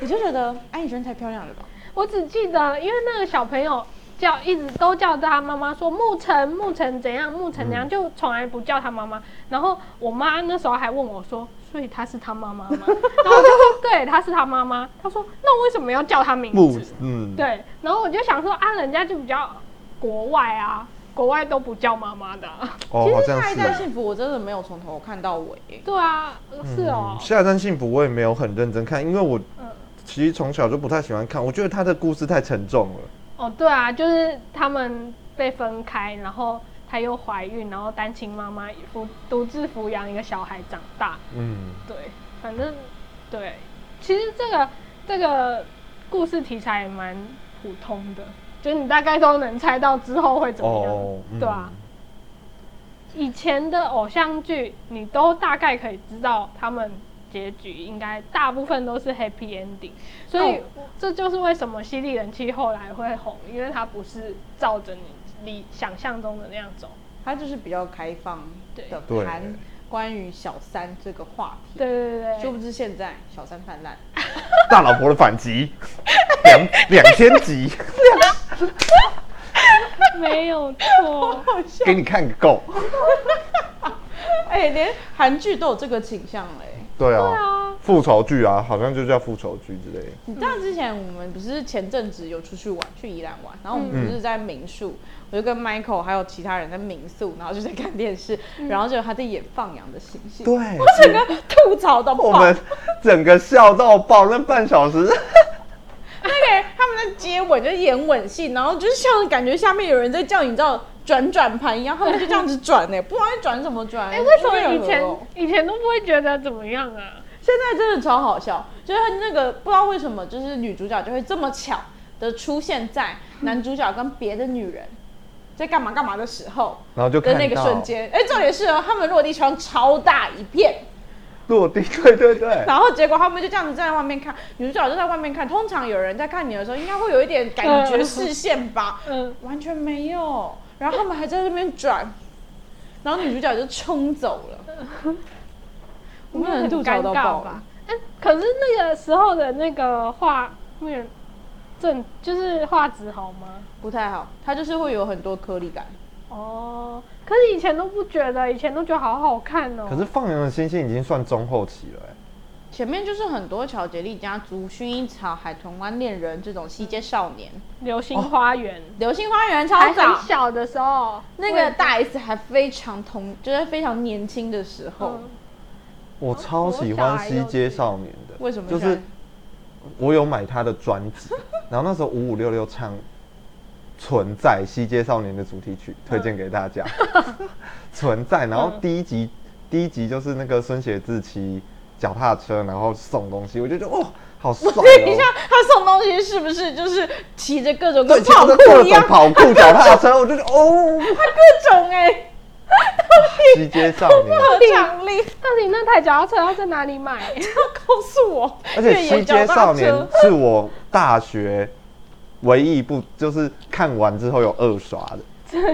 [SPEAKER 1] 我就觉得安以轩太漂亮了吧？
[SPEAKER 2] 我只记得，因为那个小朋友叫一直都叫他妈妈说沐晨沐晨怎样沐晨怎
[SPEAKER 3] 嗯
[SPEAKER 2] 样，就从来不叫他妈妈。然后我妈那时候还问我说，所以她是他妈 妈吗？然后我就说对，她是他妈妈。她说那为什么要叫她名
[SPEAKER 3] 木
[SPEAKER 2] 字？
[SPEAKER 3] 嗯，
[SPEAKER 2] 对，然后我就想说啊，人家就比较国外啊，国外都不叫妈妈的啊、
[SPEAKER 3] 哦，好
[SPEAKER 1] 其实
[SPEAKER 3] 像
[SPEAKER 1] 《下一代
[SPEAKER 3] 是。
[SPEAKER 1] 幸福》我真的没有从头看到尾、欸
[SPEAKER 2] 对啊，呃是哦
[SPEAKER 3] 嗯，下一站幸福我也没有很认真看，因为我
[SPEAKER 2] 嗯
[SPEAKER 3] 其实从小就不太喜欢看，我觉得他的故事太沉重了。
[SPEAKER 2] 哦，对啊，就是他们被分开，然后她又怀孕，然后单亲妈妈抚独自抚养一个小孩长大。
[SPEAKER 3] 嗯，
[SPEAKER 2] 对，反正对，其实这个这个故事题材也蛮普通的，就是你大概都能猜到之后会怎么样，
[SPEAKER 3] 哦，嗯
[SPEAKER 2] 对啊。以前的偶像剧，你都大概可以知道他们结局应该大部分都是 happy ending，所以
[SPEAKER 1] 哦
[SPEAKER 2] 这就是为什么《犀利人气》后来会红，因为它不是照着你理想象中的那样走。
[SPEAKER 1] 它就是比较开放
[SPEAKER 2] 对
[SPEAKER 1] 的
[SPEAKER 3] 对
[SPEAKER 1] 谈关于小三这个话题。
[SPEAKER 2] 对对对
[SPEAKER 1] 殊
[SPEAKER 2] 对，
[SPEAKER 1] 不知现在小三泛滥，
[SPEAKER 3] 大老婆的反 击，两两千集，
[SPEAKER 2] 没有错。
[SPEAKER 3] 给你看个够。
[SPEAKER 1] 哎、连韩剧都有这个倾向哎嘞、
[SPEAKER 3] 对
[SPEAKER 2] 对
[SPEAKER 3] 啊，
[SPEAKER 2] 啊，
[SPEAKER 3] 复仇剧啊，好像就叫复仇剧之类的。
[SPEAKER 2] 嗯
[SPEAKER 1] 你知道之前我们不是前阵子有出去玩，去宜兰玩，然后我们不是在民宿，
[SPEAKER 2] 嗯
[SPEAKER 1] 我就跟 Michael 还有其他人在民宿，然后就在看电视，
[SPEAKER 2] 嗯
[SPEAKER 1] 然后就他在演放羊的星星，
[SPEAKER 3] 对，
[SPEAKER 1] 整个吐槽到爆。
[SPEAKER 3] 我们整个笑到爆，那半小时，
[SPEAKER 1] 对，他们在接吻，就是演吻戏，然后就是像感觉下面有人在叫你，知道转转盘一样，他们就这样子转哎呢、不知道在转什么转。哎
[SPEAKER 2] 哎、为什么以
[SPEAKER 1] 有
[SPEAKER 2] 前
[SPEAKER 1] 哦
[SPEAKER 2] 以前都不会觉得怎么样啊？
[SPEAKER 1] 现在真的超好笑，就是他那个不知道为什么，就是女主角就会这么巧的出现在男主角跟别的女人在干嘛干嘛的时候
[SPEAKER 3] 然后就
[SPEAKER 1] 的
[SPEAKER 3] 看
[SPEAKER 1] 那个
[SPEAKER 3] 到
[SPEAKER 1] 瞬间。哎、重点是哦，他们落地窗超大一片，
[SPEAKER 3] 落地，对对对，
[SPEAKER 1] 然后结果他们就这样子站在外面看，女主角就在外面看。通常有人在看你的时候，应该会有一点感觉
[SPEAKER 2] 嗯
[SPEAKER 1] 视线吧，
[SPEAKER 2] 嗯，
[SPEAKER 1] 完全没有。然后他们还在那边转，然后女主角就冲走了。 我们很吐槽
[SPEAKER 2] 尴
[SPEAKER 1] 到
[SPEAKER 2] 尬
[SPEAKER 1] 爆
[SPEAKER 2] 吧？哎、可是那个时候的那个画面，正就是画质好吗？
[SPEAKER 1] 不太好，它就是会有很多颗粒感。
[SPEAKER 2] 哦，可是以前都不觉得，以前都觉得好好看哦。
[SPEAKER 3] 可是放羊的星星已经算中后期了、欸。
[SPEAKER 1] 前面就是很多乔杰利家族、薰衣草、海豚湾恋人这种西街少年，
[SPEAKER 2] 流星花园、
[SPEAKER 3] 哦
[SPEAKER 1] 流星花园超
[SPEAKER 2] 还
[SPEAKER 1] 早
[SPEAKER 2] 很，小的时候，
[SPEAKER 1] 那
[SPEAKER 2] 我也
[SPEAKER 1] 个大 S 还非常童，就是非常年轻的时候。
[SPEAKER 2] 嗯
[SPEAKER 3] 我超喜欢《西街少年》的，
[SPEAKER 1] 为什么
[SPEAKER 3] 就
[SPEAKER 1] 喜欢？
[SPEAKER 3] 是我有买他的专 辑，然后那时候五五六六唱《存在》《西街少年》的主题曲，
[SPEAKER 1] 嗯
[SPEAKER 3] 推荐给大家。 存在，然后第一集，第一集就是那个孙协志骑脚踏车，然后送东西，我就觉得哦，好 帅、哦！
[SPEAKER 1] 等一下，他送东西是不是就是骑着各种
[SPEAKER 3] 对，
[SPEAKER 1] 跟
[SPEAKER 3] 骑
[SPEAKER 1] 跑
[SPEAKER 3] 着
[SPEAKER 1] 酷
[SPEAKER 3] 各
[SPEAKER 1] 一
[SPEAKER 3] 种
[SPEAKER 1] 样，
[SPEAKER 3] 跑酷脚踏车，我就觉得哦，
[SPEAKER 1] 各种哎、
[SPEAKER 3] 西街 少年。
[SPEAKER 1] 特奖励，
[SPEAKER 2] 到底那台脚踏车要在哪里买？
[SPEAKER 1] 告诉我，
[SPEAKER 3] 而且《
[SPEAKER 1] 越
[SPEAKER 3] 西
[SPEAKER 1] 野
[SPEAKER 3] 街
[SPEAKER 1] 脚
[SPEAKER 3] 少
[SPEAKER 1] 踏
[SPEAKER 3] 年
[SPEAKER 1] 车，》
[SPEAKER 3] 是我大学唯一一部，就是看完之后有二刷的。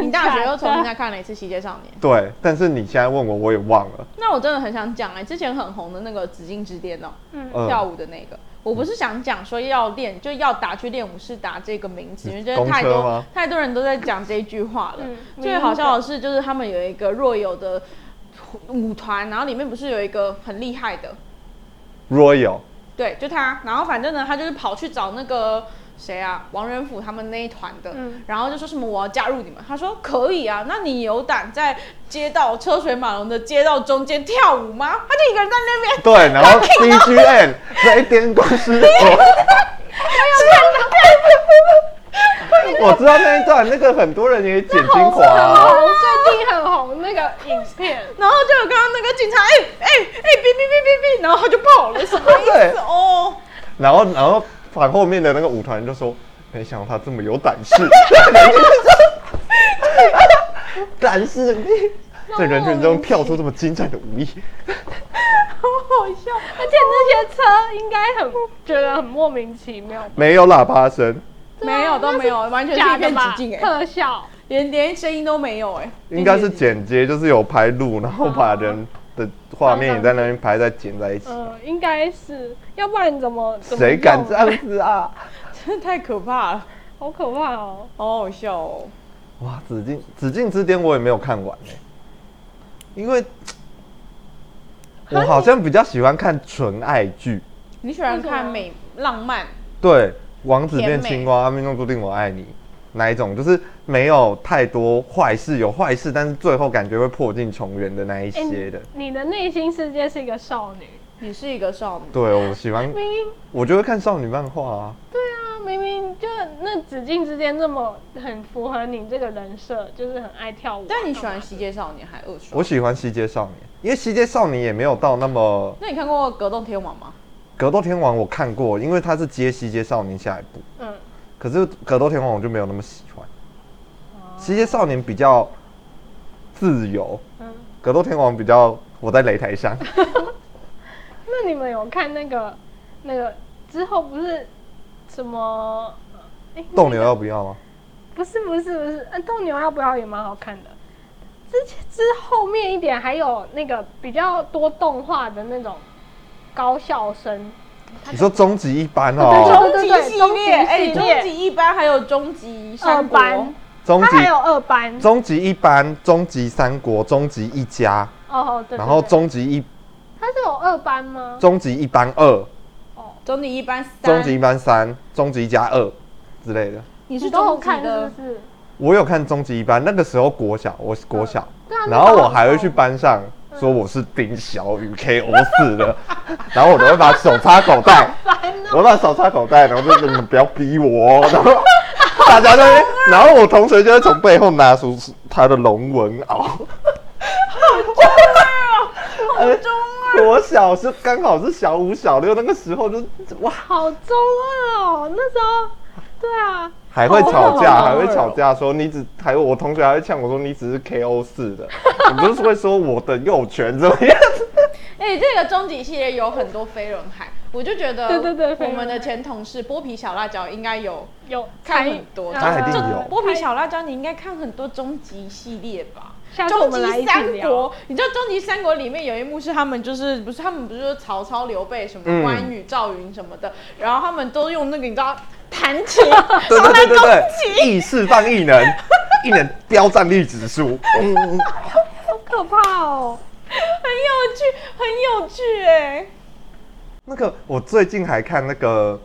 [SPEAKER 1] 你大学又重新再看了一次《西街少年》，
[SPEAKER 3] 对，但是你现在问我，我也忘了。
[SPEAKER 1] 那我真的很想讲哎、之前很红的那个《紫禁之巅》哦，
[SPEAKER 3] 嗯
[SPEAKER 1] 跳舞的那个。我不是想讲说要练，就要打去练武士打这个名词，因为真的
[SPEAKER 3] 嗯公车
[SPEAKER 1] 太多
[SPEAKER 3] 吗
[SPEAKER 1] 太多人都在讲这一句话了
[SPEAKER 2] 嗯。
[SPEAKER 1] 最好笑的是，就是他们有一个若有的舞团，然后里面不是有一个很厉害的，
[SPEAKER 3] Royal，
[SPEAKER 1] 对，就他。然后反正呢，他就是跑去找那个谁啊，王仁甫他们那一团的，
[SPEAKER 2] 嗯
[SPEAKER 1] 然后就说什么我要加入你们，他说可以啊，那你有胆在街道车水马龙的街道中间跳舞吗？他就一个人在那边，
[SPEAKER 3] 对，然后 BGM 那一天光是我，
[SPEAKER 1] 哎
[SPEAKER 3] 我知道那一段，那个很多人也剪精华
[SPEAKER 2] 很
[SPEAKER 1] 哦
[SPEAKER 3] 啊、
[SPEAKER 2] 红，最近很红那个影片，
[SPEAKER 1] 然后就有刚刚那个警察，哎哎哎，哔哔哔哔哔，然后他就爆了， 什么意
[SPEAKER 3] 对
[SPEAKER 1] 思？哦，
[SPEAKER 3] 然后然后反后面的那个舞团就说，没想到他这么有胆识，胆识，在人群中跳出这么精湛的舞艺，
[SPEAKER 1] 好好笑。
[SPEAKER 2] 而且那些车应该很觉得很莫名其妙，
[SPEAKER 3] 没有喇叭声，
[SPEAKER 1] 没有都没有，完全是
[SPEAKER 2] 啊假
[SPEAKER 1] 一
[SPEAKER 2] 的
[SPEAKER 1] 片
[SPEAKER 2] 吧
[SPEAKER 1] 寂静？哎，
[SPEAKER 2] 特效，
[SPEAKER 1] 连连声音都没有哎、
[SPEAKER 3] 应该是剪接，就是有拍录，然后把人的画面也在那边拍，再剪在一起。
[SPEAKER 2] 呃，应该是，要不然怎么怎么
[SPEAKER 3] 谁敢
[SPEAKER 2] 用
[SPEAKER 3] 这？样子啊？
[SPEAKER 1] 真 的太可怕了，
[SPEAKER 2] 好可怕哦！
[SPEAKER 1] 好好笑哦。
[SPEAKER 3] 哇，《紫禁紫禁之巅》我也没有看完呢、欸因为我好像比较喜欢看纯爱剧。
[SPEAKER 1] 你喜欢
[SPEAKER 2] 为什么
[SPEAKER 1] 看美浪漫？
[SPEAKER 3] 对，《王子
[SPEAKER 1] 甜
[SPEAKER 3] 变
[SPEAKER 1] 美
[SPEAKER 3] 青蛙》《命中注定我爱你》哪一种，就是没有太多坏事，有坏事，但是最后感觉会破镜重圆的那一
[SPEAKER 2] 哎
[SPEAKER 3] 些的。
[SPEAKER 2] 你的内心世界是一个少女，
[SPEAKER 1] 你是一个少女，
[SPEAKER 3] 对，我喜欢，
[SPEAKER 2] 明明
[SPEAKER 3] 我就会看少女漫画啊。
[SPEAKER 2] 对啊，明明就那紫禁之间这么很符合你这个人设，就是很爱跳舞啊。
[SPEAKER 1] 但你喜
[SPEAKER 2] 干嘛
[SPEAKER 1] 欢《西街少年》还是《恶少
[SPEAKER 3] 我》？喜欢《西街少年》，因为《西街少年》也没有到那么
[SPEAKER 1] 那你看过《格斗天王》吗？
[SPEAKER 3] 格斗天王，我看过，因为它是接《西街少年》下一部。
[SPEAKER 2] 嗯，
[SPEAKER 3] 可是格斗天王我就没有那么喜欢。
[SPEAKER 1] 哦
[SPEAKER 3] 西街少年比较自由，
[SPEAKER 2] 嗯
[SPEAKER 3] 格斗天王比较我在擂台上。
[SPEAKER 2] 那你们有看那个那个之后不是什么？哎
[SPEAKER 3] 斗牛要不要吗？
[SPEAKER 2] 不是不是不是，呃，斗牛要不要也蛮好看的。之前之后面一点还有那个比较多动画的那种高校生，
[SPEAKER 3] 你说终极一班
[SPEAKER 2] 对
[SPEAKER 3] 哦，
[SPEAKER 2] 对
[SPEAKER 1] 终极
[SPEAKER 2] 对
[SPEAKER 1] 系
[SPEAKER 2] 终极
[SPEAKER 1] 列，哎，
[SPEAKER 2] 系
[SPEAKER 1] 终
[SPEAKER 2] 列
[SPEAKER 1] 极一班还有终极
[SPEAKER 2] 二
[SPEAKER 1] 三国，
[SPEAKER 2] 班，
[SPEAKER 3] 终
[SPEAKER 2] 他
[SPEAKER 3] 极
[SPEAKER 2] 还有二班
[SPEAKER 3] 终极一班、终极三国、终极一家，
[SPEAKER 2] 哦，对对对
[SPEAKER 3] 然后终极一
[SPEAKER 2] 他是有二班吗？
[SPEAKER 3] 终极一班二、
[SPEAKER 1] 终极一班
[SPEAKER 3] 终
[SPEAKER 1] 三，
[SPEAKER 3] 极一班三、终极一家二之类的。
[SPEAKER 1] 你
[SPEAKER 2] 你
[SPEAKER 1] 是
[SPEAKER 2] 都有
[SPEAKER 1] 终极
[SPEAKER 2] 看是
[SPEAKER 1] 的
[SPEAKER 2] 不，是？
[SPEAKER 3] 我有看终极一班，那个时候国小，我是国小，
[SPEAKER 2] 对啊
[SPEAKER 3] 然后我还会去班上
[SPEAKER 2] 嗯
[SPEAKER 3] 说我是丁小雨 KO 死的，然后我都会把手插口袋，我会把手插口袋，然后就你们不要逼我哦，然后大家都会，然后我同学就会从背后拿出他的龙纹袄，好中二，好哦中二，国哎小是刚好是小五小六那个时候就哇，
[SPEAKER 2] 好中二哦，那时候，对啊，
[SPEAKER 3] 还会吵架，
[SPEAKER 1] 好
[SPEAKER 3] 还
[SPEAKER 1] 好
[SPEAKER 3] 会吵架，说你只还有我同学还会呛我说你只是 KO 四的，你不是会说我的右拳怎么 样？
[SPEAKER 1] 哎，这个终极系列有很多飞轮海，我就觉得
[SPEAKER 2] 对对对飞轮海
[SPEAKER 1] 我们的前同事剥皮小辣椒应该有
[SPEAKER 2] 有
[SPEAKER 1] 看很多，
[SPEAKER 3] 他一定
[SPEAKER 1] 就
[SPEAKER 3] 有
[SPEAKER 1] 呃剥皮小辣椒，你应该看很多终极系列吧？
[SPEAKER 2] 下次我
[SPEAKER 1] 终
[SPEAKER 2] 们来
[SPEAKER 1] 极
[SPEAKER 2] 一起
[SPEAKER 1] 三
[SPEAKER 2] 聊
[SPEAKER 1] 国，你知道终极三国里面有一幕是他们就是不是他们不是说曹操、刘备什
[SPEAKER 3] 嗯
[SPEAKER 1] 么关羽、赵云什么的，然后他们都用那个你知道弹琴，
[SPEAKER 3] 对对对对对，意识放异能，异能飙战力指数，嗯，
[SPEAKER 2] 好可怕哦。
[SPEAKER 1] 很有趣，很有趣哎、
[SPEAKER 3] 那个我最近还看那个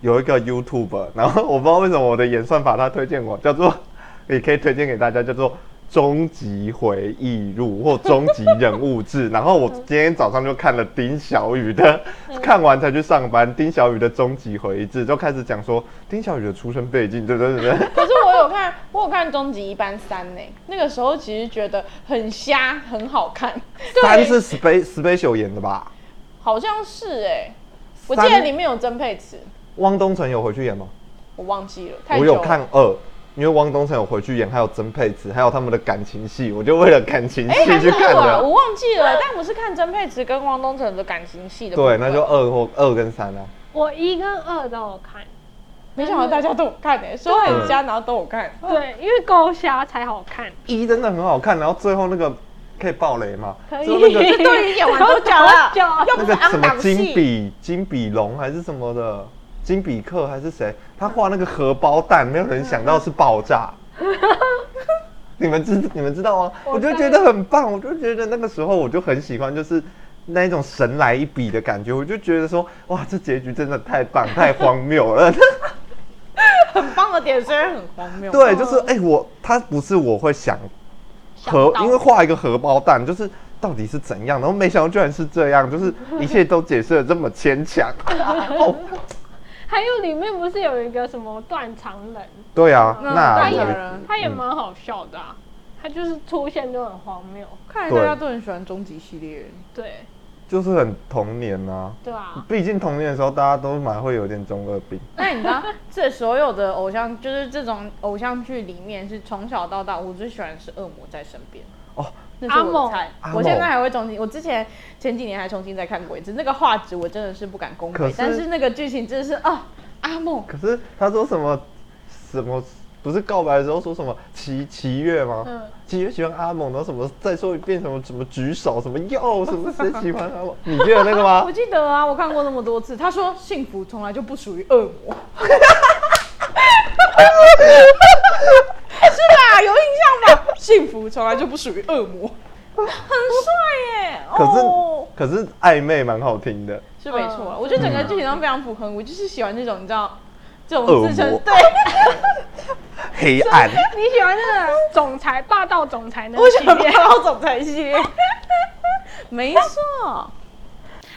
[SPEAKER 3] 有一个 YouTube，然后我不知道为什么我的演算法它推荐我，叫做 也可以推荐给大家，叫做。终极回忆录或终极人物志，然后我今天早上就看了丁小雨的，看完才去上班。丁小雨的终极回忆志就开始讲说丁小雨的出生背景，对对对对，
[SPEAKER 1] 可是我有看，我有看《终极一班三》呢，那个时候其实觉得很瞎，很好看，
[SPEAKER 3] 三是 Space Special 演的吧？
[SPEAKER 1] 好像是哎、我
[SPEAKER 3] 三
[SPEAKER 1] 记得里面有曾沛慈，
[SPEAKER 3] 汪东城有回去演吗？
[SPEAKER 1] 我忘记了，太
[SPEAKER 3] 我
[SPEAKER 1] 久了。
[SPEAKER 3] 有看二，因为汪东城有回去演，还有曾沛慈，还有他们的感情戏，我就为了感情
[SPEAKER 1] 哎、还
[SPEAKER 3] 戏
[SPEAKER 1] 是
[SPEAKER 3] 去看
[SPEAKER 1] 二啊，我
[SPEAKER 3] 的。
[SPEAKER 1] 忘记了，但我是看曾沛慈跟汪东城的感情戏的部
[SPEAKER 3] 对，
[SPEAKER 1] 分。
[SPEAKER 3] 那就二或二跟三啊。
[SPEAKER 2] 我一跟二都有看，
[SPEAKER 1] 没想到大家都有看诶、
[SPEAKER 3] 嗯
[SPEAKER 1] 说很瞎，然后都有看。
[SPEAKER 2] 对，因为够瞎才好看。
[SPEAKER 3] 一真的很好看，然后最后那个可以爆雷嘛？
[SPEAKER 2] 可以
[SPEAKER 3] 最后那个
[SPEAKER 1] 这都已经演 完多久了？
[SPEAKER 2] 多久啊
[SPEAKER 1] 又
[SPEAKER 3] 那
[SPEAKER 1] 不是
[SPEAKER 3] 个什
[SPEAKER 1] 昂
[SPEAKER 3] 么
[SPEAKER 1] 档
[SPEAKER 3] 金
[SPEAKER 1] 戏，
[SPEAKER 3] 比金比龙还是什么的，金比克还是谁？他画那个荷包蛋，没有人想到是 爆炸。你们知你们知道吗？
[SPEAKER 2] 我
[SPEAKER 3] 我就觉得很棒，我就觉得那个时候我就很喜欢，就是那一种神来 一笔的感觉。我就觉得说，哇，这结局真的太棒，太荒谬了。
[SPEAKER 1] 点虽然很荒谬，
[SPEAKER 3] 对，就是哎、我它不是我会想
[SPEAKER 1] 哦想
[SPEAKER 2] 啊
[SPEAKER 3] 荷，
[SPEAKER 1] 到
[SPEAKER 3] 因为画一个荷包蛋，就是到底是怎样，然后没想到居然是这样，就是一切都解释的这么牵强。 哦
[SPEAKER 2] 还有里面不是有一个什么断肠人，
[SPEAKER 3] 对啊，
[SPEAKER 2] 嗯
[SPEAKER 1] 那
[SPEAKER 3] 那
[SPEAKER 1] 当
[SPEAKER 3] 我
[SPEAKER 1] 然了
[SPEAKER 2] 他也蛮好笑的啊，他就是出现就很荒谬，
[SPEAKER 1] 看来
[SPEAKER 3] 对
[SPEAKER 1] 大家都很喜欢终极系列，
[SPEAKER 2] 对
[SPEAKER 3] 就是很童年啊，
[SPEAKER 2] 对
[SPEAKER 1] 嗯
[SPEAKER 2] 啊，
[SPEAKER 3] 毕竟童年的时候大家都蛮会有点中二病。
[SPEAKER 1] 那你知道，这所有的偶像，就是这种偶像剧里面，是从小到大我最喜欢的是《恶魔在身边》
[SPEAKER 3] 哦，
[SPEAKER 1] 那是我的菜
[SPEAKER 3] 阿。猛
[SPEAKER 1] 我现在还会重新，我之前前几年还重新再看过一次，那个画质我真的是不敢恭
[SPEAKER 3] 可
[SPEAKER 1] 维
[SPEAKER 3] 是，
[SPEAKER 1] 但是那个剧情真的是啊，阿梦
[SPEAKER 3] 可是他说什么什么不是告白的时候说什么七七月吗？
[SPEAKER 2] 嗯
[SPEAKER 3] 七月喜欢阿猛，然后什么再说一遍什么什么举手什么哟什么谁喜欢 阿猛？你记得那个吗
[SPEAKER 1] 我？记得啊，我看过那么多次。他说幸福从来就不属于恶魔， 是吧？有印象吧？幸福从来就不属于恶魔，很帅耶！
[SPEAKER 3] 可是、
[SPEAKER 1] 哦、
[SPEAKER 3] 可是暧昧蛮好听的，
[SPEAKER 1] 是没错啊，
[SPEAKER 2] 嗯
[SPEAKER 1] 我觉得整个剧情都非常符合我，就是喜欢这种你知道这
[SPEAKER 3] 恶
[SPEAKER 1] 种
[SPEAKER 3] 魔
[SPEAKER 1] 自称对，
[SPEAKER 3] 黑暗。
[SPEAKER 2] 你喜欢那个总裁霸道总裁那
[SPEAKER 1] 我
[SPEAKER 2] 个
[SPEAKER 1] 喜
[SPEAKER 2] 系
[SPEAKER 1] 欢
[SPEAKER 2] 列
[SPEAKER 1] 霸道总裁系列， 没错。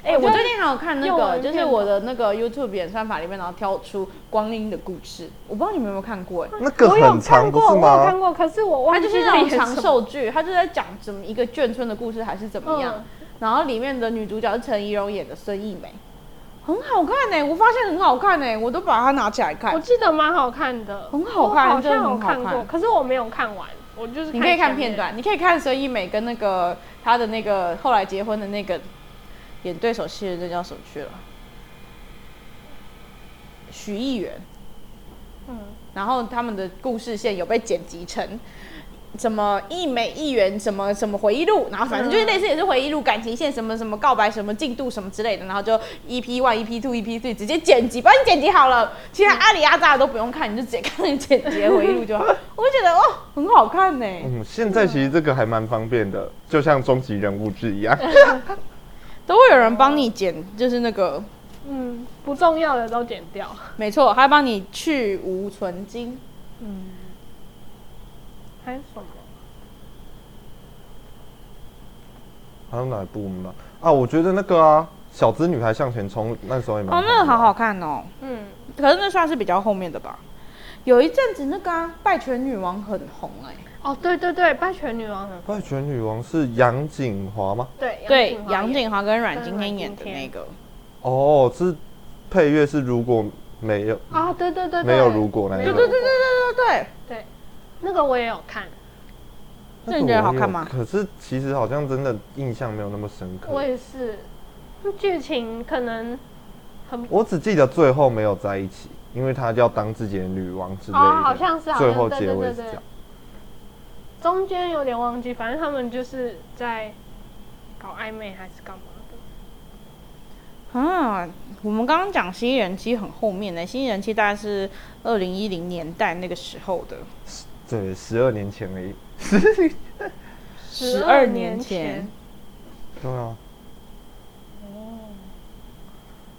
[SPEAKER 1] 哎、
[SPEAKER 2] 我觉
[SPEAKER 1] 我
[SPEAKER 2] 得
[SPEAKER 1] 最近还有看那
[SPEAKER 2] 用
[SPEAKER 1] 个，
[SPEAKER 2] 完
[SPEAKER 1] 就是
[SPEAKER 2] 片
[SPEAKER 1] 我的那个 YouTube 演算法里面，然后挑出《光阴的故事》，我不知道你们有没有看过、哎，
[SPEAKER 3] 那个
[SPEAKER 2] 我有
[SPEAKER 3] 很长
[SPEAKER 2] 看
[SPEAKER 3] 不
[SPEAKER 2] 过，
[SPEAKER 3] 是
[SPEAKER 2] 我有看
[SPEAKER 3] 吗？
[SPEAKER 2] 过，可是
[SPEAKER 1] 它
[SPEAKER 2] 我忘
[SPEAKER 1] 就
[SPEAKER 2] 记
[SPEAKER 1] 是那
[SPEAKER 2] 在
[SPEAKER 1] 种
[SPEAKER 2] 演什
[SPEAKER 1] 长
[SPEAKER 2] 么。
[SPEAKER 1] 寿剧，它就在讲怎么一个眷村的故事，还是怎么样。
[SPEAKER 2] 嗯
[SPEAKER 1] 然后里面的女主角是陈怡蓉演的孙艺梅，很好看呢、我发现很好看呢、欸我都把它拿起来
[SPEAKER 2] 我
[SPEAKER 1] 看。
[SPEAKER 2] 记得蛮好看的，
[SPEAKER 1] 很好看
[SPEAKER 2] 我好
[SPEAKER 1] 真的
[SPEAKER 2] 像
[SPEAKER 1] 很好
[SPEAKER 2] 有看过，
[SPEAKER 1] 看
[SPEAKER 2] 可是我没有看完，我就是
[SPEAKER 1] 你可以看
[SPEAKER 2] 前面
[SPEAKER 1] 片，段，你可以看孙艺梅跟那个她的那个后来结婚的那个演对手戏的那叫什么去了？许艺媛。
[SPEAKER 2] 嗯，
[SPEAKER 1] 然后他们的故事线有被剪辑成什么一美一元什么什么回忆录，然后反正就是类似也是回忆录、感情线什么什么告白什么进度什么之类的，然后就 EP one、EP two、EP three 直接剪辑，帮你剪辑好了，其他阿里阿扎的都不用看，你就直接看那剪辑的回忆录就好。我就觉得哦，很好看呢、
[SPEAKER 3] 嗯，现在其实这个还蛮方便的，就像终极人物志一样。
[SPEAKER 1] 都会有人帮你剪，就是那个
[SPEAKER 2] 嗯，不重要的都剪掉。
[SPEAKER 1] 没错，还帮你去无存精。
[SPEAKER 2] 嗯，还有什么？
[SPEAKER 3] 还有哪一部吗？啊，我觉得那个啊，小资女孩向前冲，那时候也蛮
[SPEAKER 1] 哦，
[SPEAKER 3] 的啊
[SPEAKER 1] 那个好好看哦。
[SPEAKER 2] 嗯，
[SPEAKER 1] 可是那算是比较后面的吧。有一阵子那个、啊《拜权女王》很红哎、
[SPEAKER 2] 哦，对对对，拜权女王很
[SPEAKER 3] 外拳女王是杨景华吗？
[SPEAKER 2] 对
[SPEAKER 1] 嗯对，
[SPEAKER 2] 杨
[SPEAKER 1] 杨
[SPEAKER 2] 景
[SPEAKER 1] 景华跟阮
[SPEAKER 2] 跟
[SPEAKER 1] 经
[SPEAKER 2] 阮
[SPEAKER 1] 天演
[SPEAKER 2] 经
[SPEAKER 1] 的
[SPEAKER 2] 天
[SPEAKER 1] 那个，
[SPEAKER 3] 哦，是配乐是如果没有
[SPEAKER 2] 华啊，对对对对，
[SPEAKER 3] 没有如果那一
[SPEAKER 2] 没
[SPEAKER 3] 个
[SPEAKER 2] 有
[SPEAKER 1] 对对对
[SPEAKER 2] 如
[SPEAKER 1] 对
[SPEAKER 2] 果
[SPEAKER 1] 对对对，
[SPEAKER 2] 对，那个我也有看，
[SPEAKER 1] 那你觉得好看
[SPEAKER 3] 我
[SPEAKER 1] 吗
[SPEAKER 3] 有可是其实好像真的印象没有那么深刻
[SPEAKER 2] 我。也是，那剧情可能很
[SPEAKER 3] 我只记得最后没有在一起，因为她要当自己的女王之类的。
[SPEAKER 2] 哦，好像是，好
[SPEAKER 3] 最
[SPEAKER 2] 像
[SPEAKER 3] 后
[SPEAKER 2] 对
[SPEAKER 3] 结
[SPEAKER 2] 对
[SPEAKER 3] 尾
[SPEAKER 2] 对
[SPEAKER 3] 是这
[SPEAKER 2] 对
[SPEAKER 3] 样。，
[SPEAKER 2] 中间有点忘记，反正他们就是在搞暧昧还是干嘛的。
[SPEAKER 1] 啊，我们刚刚讲《新人期》很后面呢、欸新人期》大概是二零一零年代那个时候的，
[SPEAKER 3] 对，十二年前而已。
[SPEAKER 1] 十
[SPEAKER 2] 12
[SPEAKER 1] 二
[SPEAKER 2] 年
[SPEAKER 1] 年
[SPEAKER 2] 前
[SPEAKER 1] 前。
[SPEAKER 3] 对啊。
[SPEAKER 1] 哦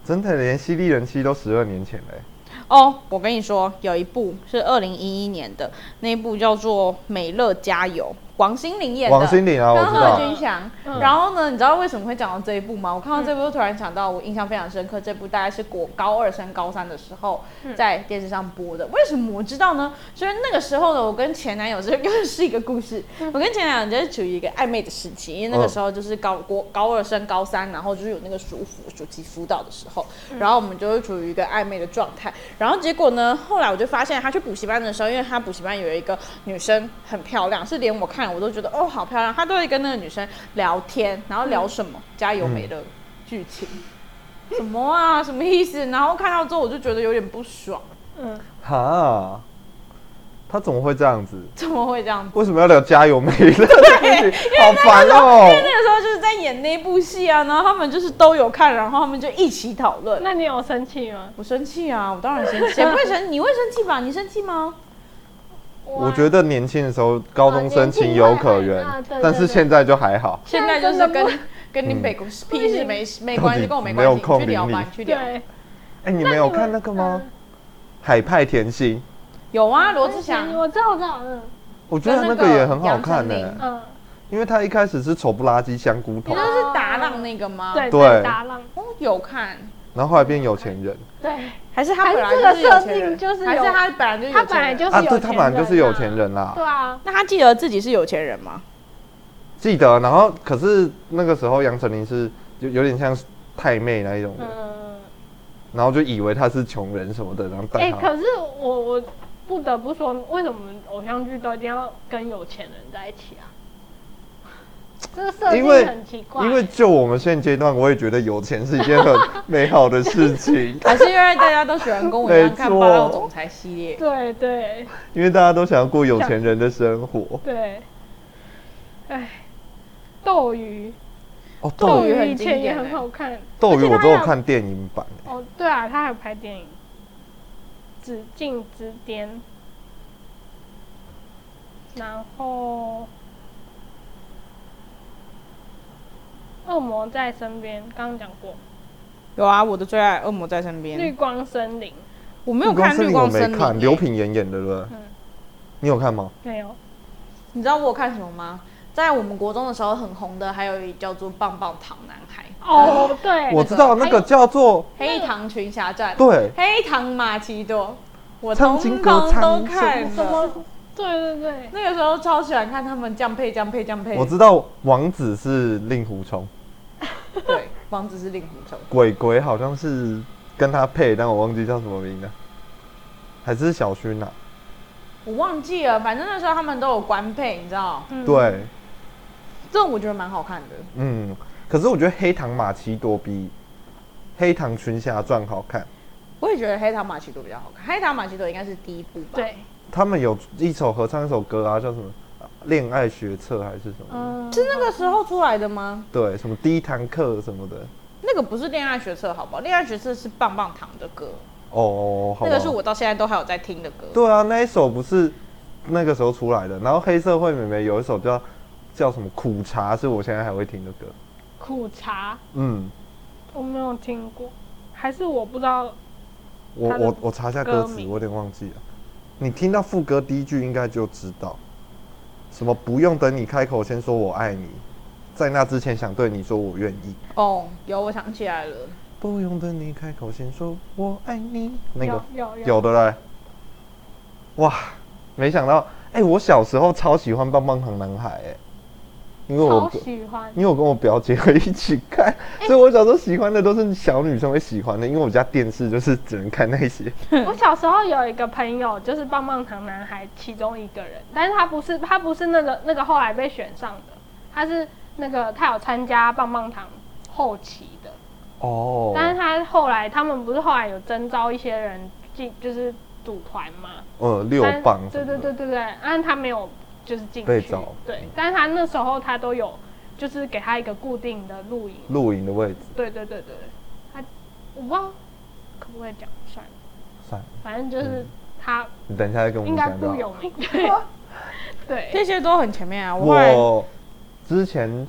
[SPEAKER 3] 真的连《犀利人妻》都十二年前欸嘞、
[SPEAKER 1] 哦，我跟你说，有一部是二零一一年的，那一部叫做《美乐加油》，王心凌演的。
[SPEAKER 3] 王心凌啊，我
[SPEAKER 1] 跟
[SPEAKER 3] 知
[SPEAKER 1] 贺
[SPEAKER 3] 道。
[SPEAKER 1] 军翔
[SPEAKER 2] 嗯。
[SPEAKER 1] 然后呢，你知道为什么会讲到这一部吗？我看到这部就突然想到，我印象非常深刻，这部大概是国高二升高三的时候
[SPEAKER 2] 嗯
[SPEAKER 1] 在电视上播的。为什么我知道呢？就是那个时候呢，我跟前男友这 又是一个故事。我跟前男友就是处于一个暧昧的时期，因为那个时候就是高国高二升高三，然后就是有那个暑辅暑期辅导的时候，然后我们就会处于一个暧昧的状态。然后结果呢，后来我就发现他去补习班的时候，因为他补习班有一个女生很漂亮，是连我看我都觉得哦好漂亮，他都会跟那个女生聊天，然后聊什么、加油没乐剧情。什么啊？什么意思？然后看到之后我就觉得有点不爽，
[SPEAKER 2] 嗯，
[SPEAKER 3] 哈，他怎么会这样子？
[SPEAKER 1] 怎么会这样子？
[SPEAKER 3] 为什么要聊加油没乐？ 好烦哦、
[SPEAKER 1] 那个时候就是在演那部戏啊，然后他们就是都有看，然后他们就一起讨论。
[SPEAKER 2] 那你有生气吗？
[SPEAKER 1] 我生气啊！我当然生气，谁不会生？你会生气吧？你生气吗？
[SPEAKER 3] 我觉得年轻的时候，高中生情有可原
[SPEAKER 2] 啊年轻会很啊对，
[SPEAKER 3] 但是
[SPEAKER 2] 对对
[SPEAKER 3] 现在就还好。
[SPEAKER 1] 现在就是跟跟你没关系屁事没没关系，
[SPEAKER 3] 嗯到底
[SPEAKER 1] 跟我没
[SPEAKER 3] 没有
[SPEAKER 1] 关系，你
[SPEAKER 3] 空
[SPEAKER 1] 去聊吧，
[SPEAKER 3] 理你
[SPEAKER 1] 你去聊。
[SPEAKER 2] 对，嗯
[SPEAKER 3] 哎、你们有看那个吗？海派甜心，
[SPEAKER 1] 有啊，罗志祥
[SPEAKER 2] 我知道，我知道，嗯
[SPEAKER 3] 我觉得
[SPEAKER 1] 跟
[SPEAKER 3] 那
[SPEAKER 1] 那
[SPEAKER 3] 个
[SPEAKER 1] 个
[SPEAKER 3] 也很好
[SPEAKER 1] 杨丞
[SPEAKER 3] 看呢、
[SPEAKER 1] 琳
[SPEAKER 2] 嗯，
[SPEAKER 3] 因为他一开始是丑不拉几香菇
[SPEAKER 1] 你
[SPEAKER 3] 头
[SPEAKER 1] 知，道是达浪那个吗？
[SPEAKER 2] 对
[SPEAKER 3] 对
[SPEAKER 2] 打浪，
[SPEAKER 1] 哦，有看，
[SPEAKER 3] 然后后来变有钱人
[SPEAKER 2] 对，
[SPEAKER 1] 还是他
[SPEAKER 2] 还是
[SPEAKER 1] 本来
[SPEAKER 2] 这个
[SPEAKER 1] 就是有
[SPEAKER 2] 设
[SPEAKER 1] 钱
[SPEAKER 2] 定
[SPEAKER 1] 人
[SPEAKER 2] 就是
[SPEAKER 1] 还是
[SPEAKER 2] 有
[SPEAKER 1] 他本来就有
[SPEAKER 2] 他
[SPEAKER 1] 钱
[SPEAKER 2] 本来
[SPEAKER 1] 人
[SPEAKER 2] 就是
[SPEAKER 3] 啊，
[SPEAKER 2] 有钱
[SPEAKER 3] 对他本来就是有钱
[SPEAKER 2] 人
[SPEAKER 3] 人啦
[SPEAKER 2] 啊，，对啊，
[SPEAKER 1] 那他记得自己是有钱人吗？
[SPEAKER 3] 记得。然后可是那个时候杨丞琳是有有点像太妹那一种人，
[SPEAKER 2] 嗯，
[SPEAKER 3] 然后就以为他是穷人什么的，然后带
[SPEAKER 2] 哎，
[SPEAKER 3] 他。
[SPEAKER 2] 可是我我不得不说，为什么偶像剧都一定要跟有钱人在一起啊？ 这个设
[SPEAKER 3] 因
[SPEAKER 2] 定
[SPEAKER 3] 为
[SPEAKER 2] 很奇怪，
[SPEAKER 3] 因为就我们现阶段，我也觉得有钱是一件很美好的事情，
[SPEAKER 1] 还是因为大家都喜欢跟我一样
[SPEAKER 3] 没
[SPEAKER 1] 看
[SPEAKER 3] 错
[SPEAKER 1] 霸道总裁系列？
[SPEAKER 2] 对对
[SPEAKER 3] 因为大家都想要过有钱人的生活。
[SPEAKER 2] 对，哎，斗鱼，
[SPEAKER 3] 哦，
[SPEAKER 1] 斗
[SPEAKER 3] 斗
[SPEAKER 1] 鱼
[SPEAKER 3] 鱼，
[SPEAKER 1] 很
[SPEAKER 2] 以
[SPEAKER 1] 经
[SPEAKER 2] 前也
[SPEAKER 1] 典
[SPEAKER 2] 很
[SPEAKER 1] 欸
[SPEAKER 2] 好看，
[SPEAKER 3] 斗
[SPEAKER 2] 而
[SPEAKER 3] 鱼
[SPEAKER 2] 且
[SPEAKER 3] 我
[SPEAKER 2] 它
[SPEAKER 3] 都有
[SPEAKER 2] 还
[SPEAKER 3] 看电影版欸、
[SPEAKER 2] 哦，对啊，他还有拍电影《紫禁之巅》，然后《恶魔在身边》，刚刚讲过，
[SPEAKER 1] 有啊，我的最爱《恶魔在身边》，
[SPEAKER 2] 绿光森林》
[SPEAKER 1] 我没有看《绿
[SPEAKER 3] 绿
[SPEAKER 1] 光
[SPEAKER 3] 光
[SPEAKER 1] 森
[SPEAKER 3] 森
[SPEAKER 1] 林
[SPEAKER 3] 林我没》看，
[SPEAKER 1] 欸
[SPEAKER 3] 刘品言演的对不对？
[SPEAKER 2] 嗯
[SPEAKER 3] 你有看吗？
[SPEAKER 2] 没有，
[SPEAKER 1] 你知道我有看什么吗？在我们国中的时候很红的，还有一叫做《棒棒糖男孩》
[SPEAKER 2] 哦，对，
[SPEAKER 3] 我知道那个叫做
[SPEAKER 1] 黑糖群侠传》，
[SPEAKER 3] 对
[SPEAKER 1] 黑糖玛奇朵，我
[SPEAKER 3] 苍
[SPEAKER 1] 通
[SPEAKER 3] 井
[SPEAKER 1] 通
[SPEAKER 3] 格
[SPEAKER 1] 都
[SPEAKER 3] 苍
[SPEAKER 1] 看
[SPEAKER 2] 什
[SPEAKER 1] 了。
[SPEAKER 2] 么？对对对，
[SPEAKER 1] 那个时候超喜欢看他们这样配这样配这样配
[SPEAKER 3] 我，知道王子是令狐冲，
[SPEAKER 1] 对，王子是令狐冲，
[SPEAKER 3] 鬼鬼好像是跟他配，但我忘记叫什么名了，还是小薰啊？
[SPEAKER 1] 我忘记了，反正那时候他们都有官配，你知道，
[SPEAKER 2] 嗯，
[SPEAKER 3] 对，
[SPEAKER 1] 这种我觉得蛮好看的。
[SPEAKER 3] 嗯，可是我觉得《黑糖玛奇朵》比《黑糖群侠传》好看。
[SPEAKER 1] 我也觉得黑糖玛奇朵比较好看，黑糖玛奇朵应该是第一部吧？，
[SPEAKER 2] 对，
[SPEAKER 3] 他们有一首合唱一首歌啊，叫什么《恋爱学册》还是什么？
[SPEAKER 2] 嗯，
[SPEAKER 1] 是那个时候出来的吗？
[SPEAKER 3] 对，什么第一堂课什么的。
[SPEAKER 1] 那个不是恋爱学册，好不好？恋爱学册是棒棒糖的歌，
[SPEAKER 3] 哦，好吧。
[SPEAKER 1] 那个是我到现在都还有在听的歌。
[SPEAKER 3] 对啊，那一首不是那个时候出来的，然后黑社会妹妹有一首叫叫什么苦茶，是我现在还会听的歌。
[SPEAKER 2] 苦茶，
[SPEAKER 3] 嗯，
[SPEAKER 2] 我没有听过，还是我不知道，
[SPEAKER 3] 我
[SPEAKER 2] 它的
[SPEAKER 3] 我我查一下歌
[SPEAKER 2] 歌
[SPEAKER 3] 词，
[SPEAKER 2] 名
[SPEAKER 3] 我有点忘记了。你听到副歌第一句应该就知道，什么不用等你开口先说我爱你，在那之前想对你说我愿意。
[SPEAKER 1] 哦，有，我想起来了，
[SPEAKER 3] 不用等你开口先说我爱你，那个
[SPEAKER 2] 有有
[SPEAKER 3] 有的嘞。哇，没想到，哎、我小时候超喜欢棒棒糖男孩、哎，因为我
[SPEAKER 2] 超喜哎欢，
[SPEAKER 3] 因为我跟我表姐会一起看， 所以我小时候喜欢的都是小女生会喜欢的，因为我家电视就是只能看那些。
[SPEAKER 2] 我小时候有一个朋友，就是棒棒糖男孩其中一个人，但是他不是他不是那个那个后来被选上的，他是那个他有参加棒棒糖后期的，
[SPEAKER 3] 哦
[SPEAKER 2] 但是他后来他们不是后来有征召一些人进就是组团嘛，
[SPEAKER 3] 呃，六
[SPEAKER 2] 但
[SPEAKER 3] 磅，
[SPEAKER 2] 对对对，对对，但是他没有就是进去
[SPEAKER 3] 被找嗯
[SPEAKER 2] 对，但是他那时候他都有就是给他一个固定的录影，
[SPEAKER 3] 露营的位置，
[SPEAKER 2] 对对对对，对他我不知道可不可以讲算了，
[SPEAKER 3] 算了，
[SPEAKER 2] 反正就是
[SPEAKER 3] 嗯
[SPEAKER 2] 他。
[SPEAKER 3] 你等一下再跟我
[SPEAKER 2] 应
[SPEAKER 3] 们
[SPEAKER 2] 该
[SPEAKER 3] 讲
[SPEAKER 2] 不
[SPEAKER 3] 到。
[SPEAKER 2] 有 名，对对，
[SPEAKER 1] 这些都很前面啊。我后来
[SPEAKER 3] 我之前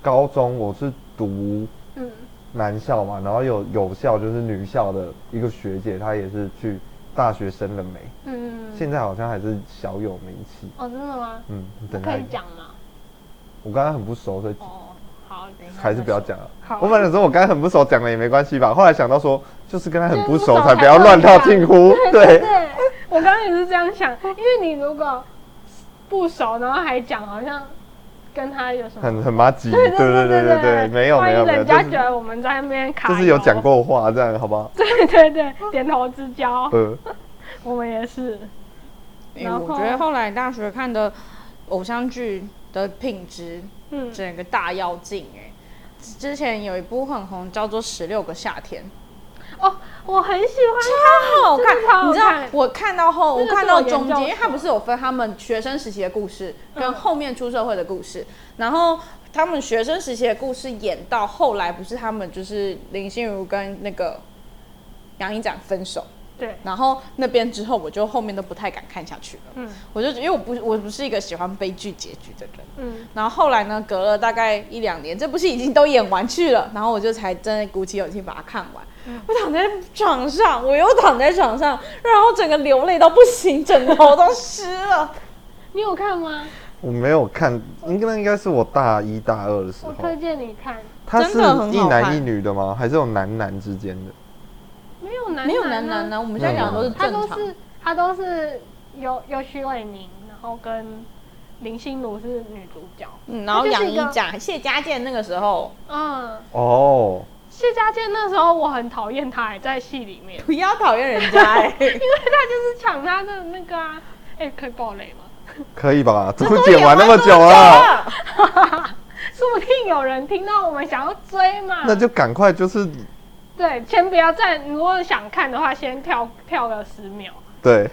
[SPEAKER 3] 高中我是读
[SPEAKER 2] 嗯，
[SPEAKER 3] 男校嘛，然后有有校就是女校的一个学姐，她也是去大学生了没，
[SPEAKER 2] 嗯，
[SPEAKER 3] 现在好像还是小有名气。
[SPEAKER 2] 哦，真的吗？
[SPEAKER 3] 嗯，等一
[SPEAKER 2] 可
[SPEAKER 3] 下
[SPEAKER 2] 以，讲吗？
[SPEAKER 3] 我刚刚很不熟，所以
[SPEAKER 2] 哦，好，等一下
[SPEAKER 3] 还是不要讲了
[SPEAKER 2] 好。啊
[SPEAKER 3] 我本来说我刚才很不熟，讲了也没关系吧。后来想到说，就是跟他很不熟
[SPEAKER 2] 就是不熟
[SPEAKER 3] 才不要乱跳近乎。
[SPEAKER 2] 再说。
[SPEAKER 3] 对
[SPEAKER 2] 对，我刚刚也是这样想，因为你如果不熟，然后还讲，好像跟他有什么？
[SPEAKER 3] 很很麻吉。对
[SPEAKER 2] 对
[SPEAKER 3] 对对对对，没有
[SPEAKER 2] 万
[SPEAKER 3] 没
[SPEAKER 2] 一
[SPEAKER 3] 有没
[SPEAKER 2] 人
[SPEAKER 3] 有，就
[SPEAKER 2] 家哦
[SPEAKER 3] 是
[SPEAKER 2] 觉得我们在那边卡，
[SPEAKER 3] 就是有讲，过话这样，好不好？
[SPEAKER 2] 对对对，点头之交，
[SPEAKER 3] 呃，
[SPEAKER 2] 我们也是，
[SPEAKER 1] 哎
[SPEAKER 2] 然后
[SPEAKER 1] 我觉得后来大学看的偶像剧的品质
[SPEAKER 2] 嗯，
[SPEAKER 1] 整个大妖镜哎、之之前有一部很红，叫做《十六个夏天》，
[SPEAKER 2] 哦，我很喜
[SPEAKER 1] 超好看
[SPEAKER 2] 真的超好看
[SPEAKER 1] 你知道我看到后，我
[SPEAKER 2] 这个是
[SPEAKER 1] 看到
[SPEAKER 2] 我研
[SPEAKER 1] 中
[SPEAKER 2] 究
[SPEAKER 1] 间，
[SPEAKER 2] 所
[SPEAKER 1] 因为它不是有分他们学生时期的故事跟
[SPEAKER 2] 嗯
[SPEAKER 1] 后面出社会的故事，然后他们学生时期的故事演到后来，不是他们就是林心如跟那个杨一展分手，
[SPEAKER 2] 欢，对，
[SPEAKER 1] 然后那边之后，我就后面都不太敢看下去了。
[SPEAKER 2] 嗯
[SPEAKER 1] 我就因为我不我不是一个喜欢悲剧结局的人。
[SPEAKER 2] 嗯，
[SPEAKER 1] 然后后来呢，隔了大概一两年，这部戏已经都演完去了，然后我就才真的鼓起勇气把它看完。我躺在床上，我又躺在床上，然后整个流泪到不行，枕头都湿了。
[SPEAKER 2] 你有看吗？
[SPEAKER 3] 我没有看，应该那应该是我大一大二的时
[SPEAKER 2] 我
[SPEAKER 3] 候。
[SPEAKER 2] 推荐你看，
[SPEAKER 3] 他是
[SPEAKER 1] 真的很
[SPEAKER 3] 一
[SPEAKER 1] 好
[SPEAKER 3] 男
[SPEAKER 1] 看
[SPEAKER 3] 一女的吗？还是有男男之间的？
[SPEAKER 2] 没有 男
[SPEAKER 1] 没有
[SPEAKER 2] 男啊
[SPEAKER 1] 男男
[SPEAKER 2] 呢，
[SPEAKER 1] 呢，我们现在讲的都是
[SPEAKER 2] 他
[SPEAKER 1] 正
[SPEAKER 2] 都
[SPEAKER 1] 常。
[SPEAKER 2] 是他都是有有徐伟宁，然后跟林心如是女主角。
[SPEAKER 1] 嗯，然后
[SPEAKER 2] 他就
[SPEAKER 1] 杨
[SPEAKER 2] 是一
[SPEAKER 1] 一
[SPEAKER 2] 个
[SPEAKER 1] 甲、谢家健那个时候，
[SPEAKER 2] 嗯，
[SPEAKER 3] 哦，
[SPEAKER 2] 谢家健那时候我很讨厌他，在戏里 面，
[SPEAKER 1] 不要讨厌人家 哎、
[SPEAKER 2] 因为他就是抢他的那个啊，哎、可以爆雷吗？
[SPEAKER 3] 可以吧？怎么
[SPEAKER 1] 都
[SPEAKER 3] 剪完那么久了？
[SPEAKER 1] 了，
[SPEAKER 2] 说不定有人听到我们想要追嘛。
[SPEAKER 3] 那就赶快就是
[SPEAKER 2] 对，先不要再，如果想看的话，先跳跳个十秒。
[SPEAKER 3] 对，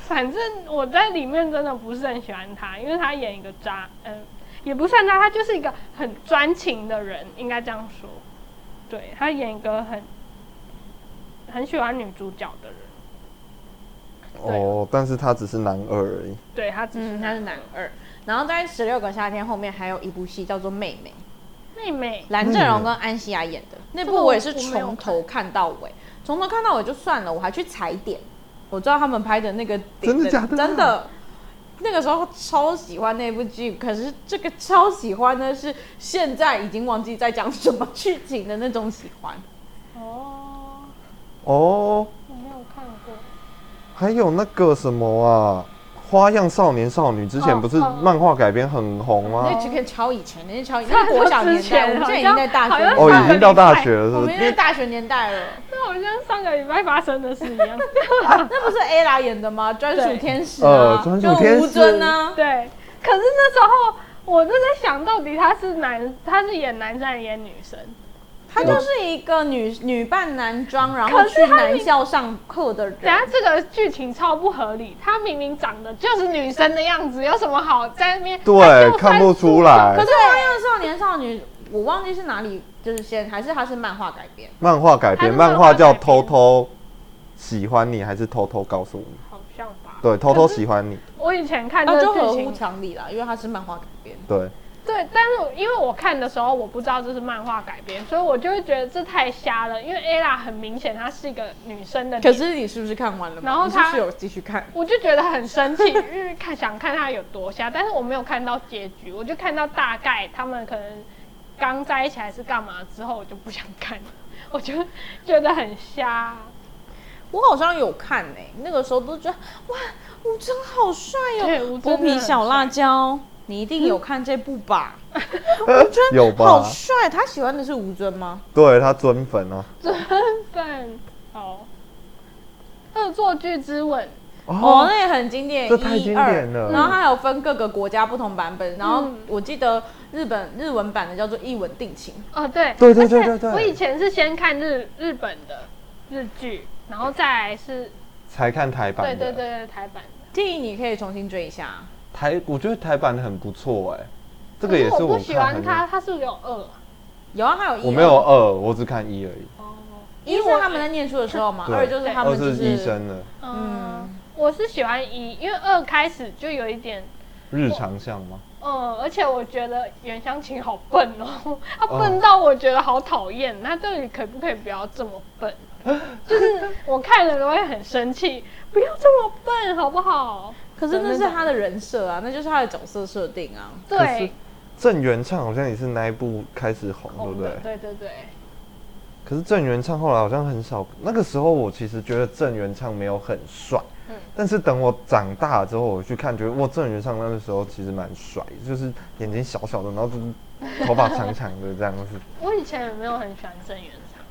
[SPEAKER 2] 反正我在里面真的不是很喜欢他，因为他演一个渣，嗯、也不算渣，他就是一个很专情的人，应该这样说。对他演一个很很喜欢女主角的人，啊
[SPEAKER 3] 哦，但是他只是男二而已。
[SPEAKER 2] 对他只是
[SPEAKER 1] 嗯，他是男二。然后在《十六个夏天》后面还有一部戏叫做《妹妹》，
[SPEAKER 2] 妹妹，
[SPEAKER 1] 蓝正荣跟安熙雅演的那部，我也是从头看到尾，从头看到尾就算了，我还去踩点。我知道他们拍的那个点
[SPEAKER 3] 真的假的啊
[SPEAKER 1] 真的，那个时候超喜欢那部剧，可是这个超喜欢呢，是现在已经忘记在讲什么剧情的那种喜欢。
[SPEAKER 3] 啊
[SPEAKER 2] 哦，
[SPEAKER 3] 哦，
[SPEAKER 2] 我没有看过，
[SPEAKER 3] 还有那个什么啊，《花样少年少女》之前
[SPEAKER 2] 哦
[SPEAKER 3] 不是
[SPEAKER 2] 哦
[SPEAKER 3] 漫画改编很红吗
[SPEAKER 1] 那？只跟超以前，那是超以前，那是国小
[SPEAKER 2] 之
[SPEAKER 1] 年代，我
[SPEAKER 2] 前
[SPEAKER 1] 们现在已经在大学
[SPEAKER 2] 好像
[SPEAKER 1] 了，
[SPEAKER 2] 好
[SPEAKER 3] 哦，
[SPEAKER 2] 像
[SPEAKER 3] 已经到大学了，
[SPEAKER 1] 我
[SPEAKER 3] 是不
[SPEAKER 1] 们已经在
[SPEAKER 3] 是？
[SPEAKER 1] 大学年代了。
[SPEAKER 2] 那好像上个礼拜发生的事一 样。
[SPEAKER 1] 那不是 A 拉演的吗？专属天使啊
[SPEAKER 3] 呃，专属
[SPEAKER 1] 跟
[SPEAKER 3] 天
[SPEAKER 1] 吴
[SPEAKER 3] 使
[SPEAKER 1] 尊啊，
[SPEAKER 2] 对，可是那时候我就在想到底他是男，他是演男生还是演女生？
[SPEAKER 1] 他就是一个女女扮男装，然后
[SPEAKER 2] 可是
[SPEAKER 1] 去
[SPEAKER 2] 他
[SPEAKER 1] 男
[SPEAKER 2] 明
[SPEAKER 1] 校上课的
[SPEAKER 2] 等下
[SPEAKER 1] 人。
[SPEAKER 2] 这个剧情超不合理，他明明长得就是女生的样子，有什么好在那边？他就
[SPEAKER 3] 对，
[SPEAKER 2] 算
[SPEAKER 3] 看不出
[SPEAKER 1] 可
[SPEAKER 3] 来
[SPEAKER 1] 是，《花样啊少年少女》，我忘记是哪里，就是先还是他是漫画改编。
[SPEAKER 3] 漫画改编，
[SPEAKER 2] 它是漫画
[SPEAKER 3] 漫画叫
[SPEAKER 2] 改
[SPEAKER 3] 《
[SPEAKER 2] 编
[SPEAKER 3] 偷偷喜欢你》还是《偷偷告诉你》？
[SPEAKER 2] 好像吧。
[SPEAKER 3] 对，偷偷喜欢你，
[SPEAKER 2] 我以前看这
[SPEAKER 1] 那啊哦就
[SPEAKER 2] 个
[SPEAKER 1] 合
[SPEAKER 2] 剧
[SPEAKER 1] 乎
[SPEAKER 2] 情，
[SPEAKER 1] 常理啦，因为他是漫画改编。
[SPEAKER 3] 对，
[SPEAKER 2] 对，但是我因为我看的时候我不知道这是漫画改编，所以我就会觉得这太瞎了。因为 Ella 很明显她是一个女生的，
[SPEAKER 1] 可是你是不是看完了吗？
[SPEAKER 2] 然后
[SPEAKER 1] 你是不
[SPEAKER 2] 他
[SPEAKER 1] 是有继续看？
[SPEAKER 2] 我就觉得很生气，因为看想看他有多瞎，但是我没有看到结局，我就看到大概他们可能刚在一起还是干嘛之后，我就不想看，我就觉得很瞎。
[SPEAKER 1] 我好像有看诶、那个时候都觉得哇，吴尊好帅
[SPEAKER 2] 对
[SPEAKER 1] 哦
[SPEAKER 2] 吴，
[SPEAKER 1] 剥
[SPEAKER 2] 尊真的
[SPEAKER 1] 皮
[SPEAKER 2] 很
[SPEAKER 1] 小 辣
[SPEAKER 2] 帅
[SPEAKER 1] 椒，你一定有看这部吧？
[SPEAKER 3] 有
[SPEAKER 1] 好
[SPEAKER 3] 吧？
[SPEAKER 1] 帅！他喜欢的是吴尊吗？
[SPEAKER 3] 对他尊粉啊。
[SPEAKER 2] 但好，恶作剧之吻，
[SPEAKER 1] 哦，那也很经典，
[SPEAKER 3] 这太
[SPEAKER 1] 一
[SPEAKER 3] 经
[SPEAKER 1] 二
[SPEAKER 3] 典了
[SPEAKER 1] 然后它还有分各个国家不同版本，然后
[SPEAKER 2] 嗯
[SPEAKER 1] 我记得日本日文版的叫做《一吻定情》，
[SPEAKER 2] 哦对，
[SPEAKER 3] 对对
[SPEAKER 2] 而且
[SPEAKER 3] 对对对
[SPEAKER 2] 我以前是先看日日本的日剧，然后再来是，
[SPEAKER 3] 才看台版
[SPEAKER 2] 对对
[SPEAKER 3] 的，
[SPEAKER 2] 对对台版的，
[SPEAKER 1] 建议你可以重新追一下。
[SPEAKER 3] 台我觉得台版的很不错哎、这
[SPEAKER 2] 可
[SPEAKER 3] 个也
[SPEAKER 2] 是
[SPEAKER 3] 是
[SPEAKER 2] 我不
[SPEAKER 3] 我
[SPEAKER 2] 喜
[SPEAKER 3] 看
[SPEAKER 2] 欢
[SPEAKER 3] 很
[SPEAKER 2] 他，他是不是有恶啊？
[SPEAKER 1] 有啊，还有一，
[SPEAKER 3] 我没有，二，我只看一而已。
[SPEAKER 2] 哦，
[SPEAKER 1] 一是他们在念书的时候嘛，
[SPEAKER 3] 对
[SPEAKER 1] 二就是他
[SPEAKER 3] 二
[SPEAKER 1] 们就是是
[SPEAKER 3] 医生的
[SPEAKER 2] 嗯，我是喜欢一，因为二开始就有一点。
[SPEAKER 3] 日常项吗？
[SPEAKER 2] 嗯，而且我觉得袁湘琴好笨 哦，她笨到我觉得好讨厌。她到底可不可以不要这么 笨？就是我看了都会很生气，不要这么笨好不好？
[SPEAKER 1] 可是那是他的人设啊，那就是他的角色设定啊。
[SPEAKER 3] 可
[SPEAKER 2] 对
[SPEAKER 3] 是，郑元畅好像也是那一部开始红，对
[SPEAKER 2] 红
[SPEAKER 3] 不
[SPEAKER 2] 的
[SPEAKER 3] 对？
[SPEAKER 2] 对对对，
[SPEAKER 3] 可是郑元畅后来好像很少，那个时候我其实觉得郑元畅没有很帅，
[SPEAKER 2] 嗯
[SPEAKER 3] 但是等我长大之后，我去看，觉得哇，郑元畅那个时候其实蛮帅，就是眼睛小小的，然后就是头发长长的这样子。
[SPEAKER 2] 我以前也没有很喜欢郑元畅，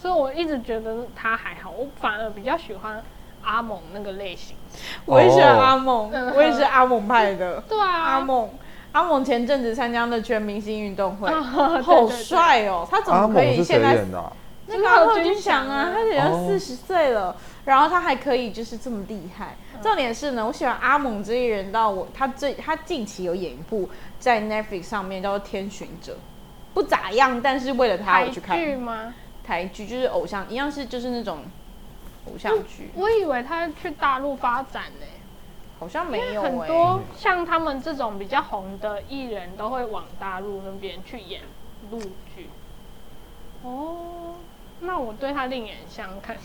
[SPEAKER 2] 所以我一直觉得他还好，我反而比较喜欢阿蒙那个类型。
[SPEAKER 3] 哦
[SPEAKER 1] 我也喜欢阿梦
[SPEAKER 2] 嗯，
[SPEAKER 1] 我也是阿梦派的。
[SPEAKER 2] 对啊，
[SPEAKER 1] 阿梦，阿梦前阵子参加了全明星运动会，
[SPEAKER 2] 啊 对
[SPEAKER 1] 好
[SPEAKER 2] 对对
[SPEAKER 1] 帅哦！他怎
[SPEAKER 3] 阿
[SPEAKER 1] 么可
[SPEAKER 3] 蒙
[SPEAKER 1] 以
[SPEAKER 3] 是谁
[SPEAKER 1] 现在
[SPEAKER 3] 演的、啊？
[SPEAKER 1] 那个贺
[SPEAKER 2] 贺军
[SPEAKER 1] 军翔
[SPEAKER 2] 翔啊
[SPEAKER 1] 啊，他也要
[SPEAKER 3] 哦
[SPEAKER 1] 四十岁了，然后他还可以就是这么厉害。
[SPEAKER 2] 嗯
[SPEAKER 1] 重点是呢，我喜欢阿猛这一人到我，他最他近期有演一部在 Netflix 上面叫做《天巡者》，不咋样，但是为了他
[SPEAKER 2] 台
[SPEAKER 1] 我去看
[SPEAKER 2] 剧吗？
[SPEAKER 1] 台剧，就是偶像一样是就是那种偶像剧，
[SPEAKER 2] 我以为他去大陆发展呢、
[SPEAKER 1] 好像没
[SPEAKER 2] 因为
[SPEAKER 1] 有、欸、
[SPEAKER 2] 很多像他们这种比较红的艺人都会往大陆那边去演陆剧。哦，那我对他另眼相看。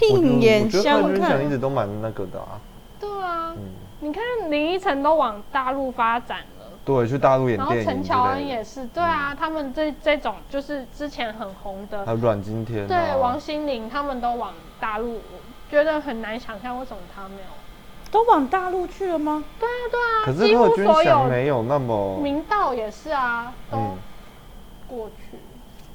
[SPEAKER 1] 定眼
[SPEAKER 3] 我
[SPEAKER 1] 相
[SPEAKER 3] 觉
[SPEAKER 1] 看
[SPEAKER 3] 得范云翔一。直都蛮那个的啊，
[SPEAKER 2] 对啊，
[SPEAKER 3] 嗯，
[SPEAKER 2] 你看林依晨都往大陆发展了，
[SPEAKER 3] 对，去大陆演
[SPEAKER 2] 然后
[SPEAKER 3] 电影之类
[SPEAKER 2] 陈
[SPEAKER 3] 的。嗯
[SPEAKER 2] 乔恩也是，对啊，他们这这种就是之前很红的
[SPEAKER 3] 还有阮经天、啊，
[SPEAKER 2] 对，王心凌他们都往大陆，我觉得很难想象为什么他没有。
[SPEAKER 1] 都往大陆去了吗？
[SPEAKER 2] 对啊，对
[SPEAKER 3] 可
[SPEAKER 2] 啊，
[SPEAKER 3] 是
[SPEAKER 2] 几
[SPEAKER 3] 贺
[SPEAKER 2] 乎
[SPEAKER 3] 军
[SPEAKER 2] 所
[SPEAKER 3] 翔
[SPEAKER 2] 有
[SPEAKER 3] 没有那么，
[SPEAKER 2] 明道也是啊，都
[SPEAKER 3] 嗯，
[SPEAKER 2] 过去。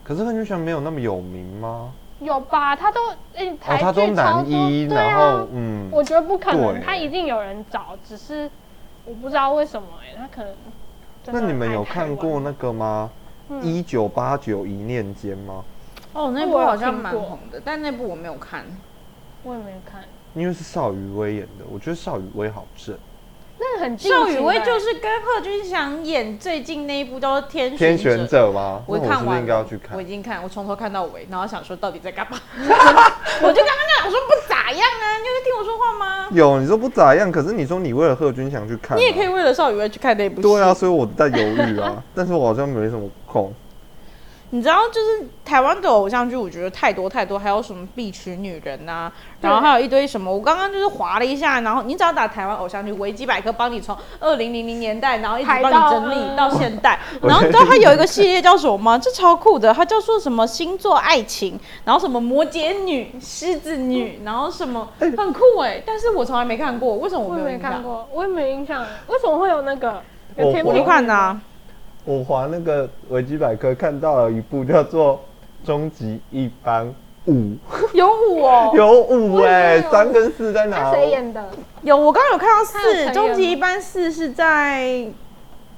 [SPEAKER 3] 可是贺军翔没有那么有名吗？
[SPEAKER 2] 有吧？他都诶、
[SPEAKER 3] 哦，
[SPEAKER 2] 台
[SPEAKER 3] 他都
[SPEAKER 2] 剧超
[SPEAKER 3] 男
[SPEAKER 2] 多，
[SPEAKER 3] 一，
[SPEAKER 2] 对
[SPEAKER 3] 然
[SPEAKER 2] 啊
[SPEAKER 3] 后，嗯，
[SPEAKER 2] 我觉得不可
[SPEAKER 3] 对
[SPEAKER 2] 能，他一定有人找，只是我不知道为什么诶、他可能真
[SPEAKER 3] 那
[SPEAKER 2] 的
[SPEAKER 3] 你们
[SPEAKER 2] 爱
[SPEAKER 3] 有
[SPEAKER 2] 台
[SPEAKER 3] 看
[SPEAKER 2] 湾
[SPEAKER 3] 过那个吗？
[SPEAKER 2] 嗯
[SPEAKER 3] 一九八九一念间吗？
[SPEAKER 1] 哦，那部好像蛮红的，但那部我没有看。
[SPEAKER 2] 我也没看，
[SPEAKER 3] 因为是邵雨薇演的，我觉得邵雨薇好正，
[SPEAKER 2] 那很近
[SPEAKER 1] 邵
[SPEAKER 2] 期
[SPEAKER 1] 雨
[SPEAKER 2] 的
[SPEAKER 1] 薇
[SPEAKER 2] 欸
[SPEAKER 1] 就是跟贺军翔演最近那一部叫《天选
[SPEAKER 3] 《天选
[SPEAKER 1] 者》。
[SPEAKER 3] 者》吗？
[SPEAKER 1] 我
[SPEAKER 3] 那我是
[SPEAKER 1] 看
[SPEAKER 3] 不是
[SPEAKER 1] 完
[SPEAKER 3] 应该要去看
[SPEAKER 1] 我已？经看，我从头看到尾，然后想说到底在干嘛？ 我就跟他们讲说不咋样啊，你有在听我说话吗？
[SPEAKER 3] 有，你说不咋样，可是你说你为了贺军翔去看啊、
[SPEAKER 1] 你也可以为了邵雨薇去看那部戏。
[SPEAKER 3] 对啊，所以我在犹豫啊， 但是我好像没什么空。
[SPEAKER 1] 你知道，就是台湾的偶像剧，我觉得太多太多，还有什么《必娶女人》呐，
[SPEAKER 2] 对
[SPEAKER 1] 然后还有一堆什么，我刚刚就是划了一下，然后你只要打台湾偶像剧，维基百科帮你从二零零零年代，然后一直帮你整理
[SPEAKER 2] 排
[SPEAKER 1] 到
[SPEAKER 2] 到
[SPEAKER 1] 现代，
[SPEAKER 3] 我
[SPEAKER 1] 然后你知道它有一个系列叫什么吗？这超酷的，它叫做什么星座爱情，然后什么摩羯女、狮子女，然后什么很酷哎、但是我从来没看过，为什么我
[SPEAKER 2] 我
[SPEAKER 1] 没
[SPEAKER 2] 也
[SPEAKER 1] 有
[SPEAKER 2] 没
[SPEAKER 1] 印
[SPEAKER 2] 看
[SPEAKER 1] 象？
[SPEAKER 2] 过，我也没印象，为什么会有那个？有
[SPEAKER 3] 哦我
[SPEAKER 2] 天
[SPEAKER 3] 我
[SPEAKER 1] 你
[SPEAKER 2] 命
[SPEAKER 1] 看呐、啊，
[SPEAKER 3] 我划那个维基百科看到了一部叫做《终极一班五》，
[SPEAKER 1] 有五哦，
[SPEAKER 3] 有五
[SPEAKER 2] 我
[SPEAKER 3] 哎、
[SPEAKER 2] 以为有
[SPEAKER 3] 三跟四在哪？
[SPEAKER 2] 哦
[SPEAKER 3] 哦
[SPEAKER 2] 他谁演的？
[SPEAKER 1] 有我刚刚有看到
[SPEAKER 2] 它有成
[SPEAKER 1] 四，
[SPEAKER 2] 员
[SPEAKER 1] 终极
[SPEAKER 2] 吗
[SPEAKER 1] 一班四是在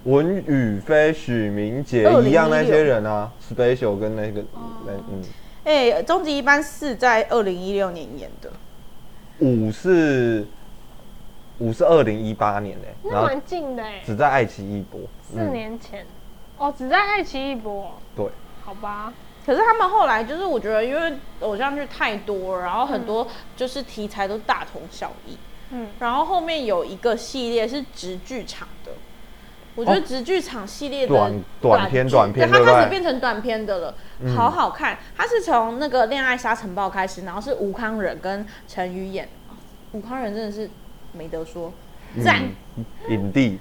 [SPEAKER 3] 文宇飞、许明杰
[SPEAKER 1] 2016
[SPEAKER 3] 一样那些人啊，Special 跟那个那嗯，
[SPEAKER 1] 哎、终极一班四在二零一六年演的，
[SPEAKER 3] 五是五是二零一八年哎、
[SPEAKER 2] 那
[SPEAKER 3] 然后嗯
[SPEAKER 2] 蛮近的哎、
[SPEAKER 3] 只在爱奇艺播。嗯
[SPEAKER 2] 四年前，哦，只在爱奇艺播哦，
[SPEAKER 3] 对，
[SPEAKER 2] 好吧？
[SPEAKER 1] 可是他们后来就是，我觉得因为偶像剧太多了，然后很多就是题材都大同小异。
[SPEAKER 2] 嗯，
[SPEAKER 1] 然后后面有一个系列是直剧场的，我觉得直剧场系列的
[SPEAKER 3] 短短片
[SPEAKER 1] 剧
[SPEAKER 3] 短片
[SPEAKER 1] 对，它
[SPEAKER 3] 对不
[SPEAKER 1] 开始
[SPEAKER 3] 对嗯
[SPEAKER 1] 变成短片的了，好好看。它是从那个《恋爱沙尘暴》开始，然后是吴康仁跟陈宇演，吴康仁真的是没得说，赞。
[SPEAKER 3] 嗯影帝，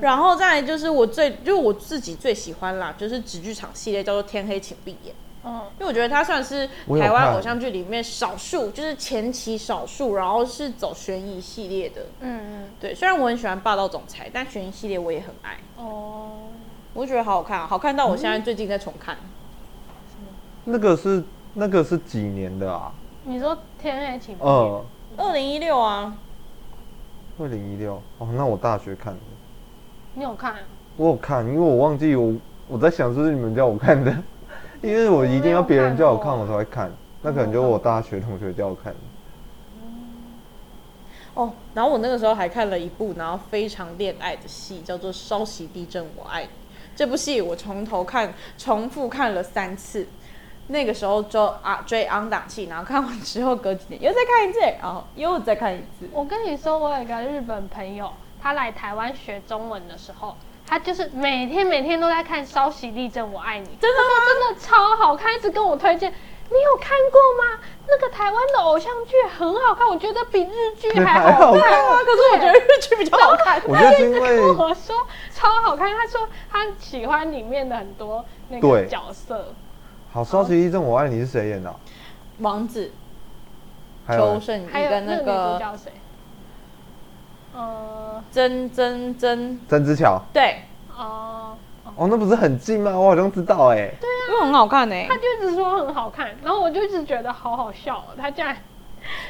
[SPEAKER 1] 然后再来就是我最就是我自己最喜欢啦，就是直剧场系列叫做《天黑请闭眼》，
[SPEAKER 2] 哦，
[SPEAKER 1] 因为我觉得它算是
[SPEAKER 3] 我有
[SPEAKER 1] 台湾
[SPEAKER 3] 看
[SPEAKER 1] 偶像剧里面少数，就是前期少数，然后是走悬疑系列的。
[SPEAKER 2] 嗯
[SPEAKER 1] 对，虽然我很喜欢霸道总裁，但悬疑系列我也很爱，
[SPEAKER 2] 嗯，哦，
[SPEAKER 1] 我觉得好好看、啊，好看到我现在最近在重看。
[SPEAKER 3] 那个是那个是几年的啊？
[SPEAKER 2] 你说天黑请闭眼
[SPEAKER 3] 二
[SPEAKER 1] 二零一六啊，
[SPEAKER 3] 二零一六哦，那我大学看的，
[SPEAKER 2] 你有看啊？
[SPEAKER 3] 我有看，因为我忘记我我在想是不是你们叫我看的， 因为我一定要别人叫我看我才会看，那可能就是我大学同学叫我看的。
[SPEAKER 1] 哦，然后我那个时候还看了一部，然后非常恋爱的戏，叫做《稍息地震我爱你》。这部戏我从头看，重复看了三次。那个时候就啊追 on 档期，然后看完之后隔几年又再看一次，然后又再看一 次。
[SPEAKER 2] 我跟你说，我有一个日本朋友，他来台湾学中文的时候，他就是每天每天都在看《稍息地震我爱你》，真的吗？真的超好看，一直跟我推荐。你有看过吗？那个台湾的偶像剧很好看，我觉得比日剧还
[SPEAKER 3] 还好
[SPEAKER 2] 好
[SPEAKER 3] 看
[SPEAKER 2] 看。
[SPEAKER 1] 啊，可是我觉得日剧比较好看。
[SPEAKER 3] 我觉得是因为
[SPEAKER 2] 我说超好看，他说他喜欢里面的很多那个
[SPEAKER 3] 对
[SPEAKER 2] 角色，
[SPEAKER 3] 好，稍息一阵，我爱你是谁演的啊？
[SPEAKER 1] 王子、
[SPEAKER 3] 还有
[SPEAKER 1] 邱
[SPEAKER 3] 呢
[SPEAKER 1] 胜翊
[SPEAKER 2] 还有
[SPEAKER 1] 跟
[SPEAKER 2] 那
[SPEAKER 1] 那
[SPEAKER 2] 个女主
[SPEAKER 1] 个
[SPEAKER 2] 角谁？呃，
[SPEAKER 1] 曾曾曾，
[SPEAKER 3] 曾之乔
[SPEAKER 1] 对，
[SPEAKER 2] 哦、
[SPEAKER 3] 哦，那不是很近吗？我好像知道哎、
[SPEAKER 1] 因为很好看呢、欸
[SPEAKER 2] 他就一直说很好看，然后我就一直觉得好好笑、哦，他竟然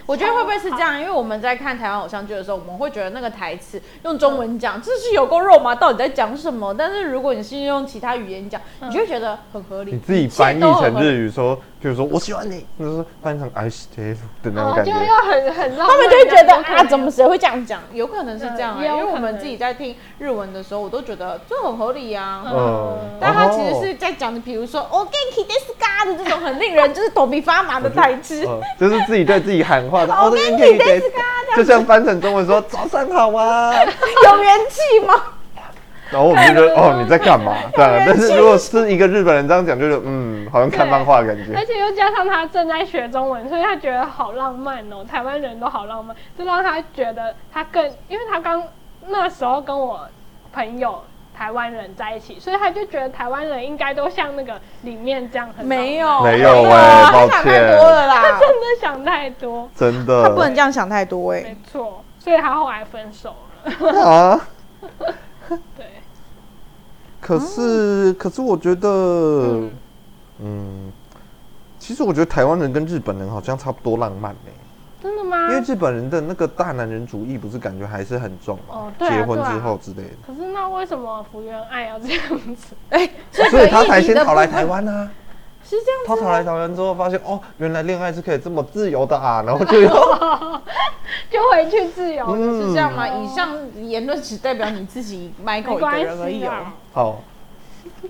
[SPEAKER 1] 我觉得会不会是这样？因为我们在看台湾偶像剧的时候，我们会觉得那个台词用中文讲，这是有够肉麻，到底在讲什么？但是如果你是用其他语言讲，
[SPEAKER 2] 嗯
[SPEAKER 1] 你就会觉得很合理。
[SPEAKER 3] 你自己翻译成
[SPEAKER 1] 语，
[SPEAKER 3] 日语说，就是说我喜欢你，就是翻成 I stay 的那种
[SPEAKER 2] 哦
[SPEAKER 3] 感
[SPEAKER 2] 就
[SPEAKER 3] 觉。
[SPEAKER 2] 要很很浪漫，
[SPEAKER 1] 他们就会觉得
[SPEAKER 2] 很可爱
[SPEAKER 1] 啊，怎么谁会这样讲？有可能是这样、
[SPEAKER 2] 嗯
[SPEAKER 1] 啊，
[SPEAKER 2] 也有
[SPEAKER 1] 因
[SPEAKER 2] 可
[SPEAKER 1] 为
[SPEAKER 2] 能
[SPEAKER 1] 我们自己在听日文的时候，我都觉得这很合理啊。
[SPEAKER 2] 嗯
[SPEAKER 3] 嗯，
[SPEAKER 1] 但他其实是在讲哦的，比如说 “o g a n k i d e s 的这种很令人就是头皮发麻的台词。
[SPEAKER 3] 哦、嗯就是自己对自己己喊话的，哦，这个英语给，就像翻成中文说早上好啊，
[SPEAKER 2] 哦
[SPEAKER 1] 有元气吗？
[SPEAKER 3] 然后我们就觉得哦你在干嘛？对啊，但是如果是一个日本人这样讲，就是嗯，好像看漫画的感
[SPEAKER 2] 而
[SPEAKER 3] 觉。
[SPEAKER 2] 且又加上他正在学中文，所以他觉得好浪漫哦，台湾人都好浪漫，这让他觉得他更，因为他刚那时候跟我朋友台湾人在一起，所以他就觉得台湾人应该都像那个里面这样很浪漫
[SPEAKER 1] 没，有，
[SPEAKER 3] 没有喂
[SPEAKER 1] 啊
[SPEAKER 3] 抱
[SPEAKER 1] 他想
[SPEAKER 3] 歉嗯
[SPEAKER 1] 太多了啦，
[SPEAKER 2] 真的想太多，
[SPEAKER 3] 真
[SPEAKER 1] 他不能
[SPEAKER 3] 的
[SPEAKER 1] 这样想太多哎
[SPEAKER 2] 没。错，所以他后来分手了，
[SPEAKER 3] 啊！
[SPEAKER 2] 对，
[SPEAKER 3] 可
[SPEAKER 1] 哦
[SPEAKER 3] 是，可是我觉得
[SPEAKER 2] 嗯，
[SPEAKER 3] 嗯，其实我觉得台湾人跟日本人好像差不多浪漫呢、
[SPEAKER 2] 真的吗
[SPEAKER 3] 因？为日本人的那个大男人主义不是感觉还是很重嘛，
[SPEAKER 2] 哦对啊
[SPEAKER 3] 结婚
[SPEAKER 2] 对啊
[SPEAKER 3] 之后之类的，
[SPEAKER 2] 可是那为什么福原爱要这样子？
[SPEAKER 1] 哎啊
[SPEAKER 3] 所以他才先逃来台湾啊。
[SPEAKER 1] 是这样
[SPEAKER 3] 他逃来台湾之后，发现哦，原来恋爱是可以这么自由的啊，然后 就又
[SPEAKER 2] 就回去自由了，
[SPEAKER 1] 哦是这样吗？
[SPEAKER 2] 嗯
[SPEAKER 1] 以上言论只代表你自 己 Michael
[SPEAKER 2] 没
[SPEAKER 1] 一个
[SPEAKER 2] 关
[SPEAKER 1] 人而已
[SPEAKER 2] 系
[SPEAKER 1] 哦
[SPEAKER 2] 啊。，
[SPEAKER 3] 好，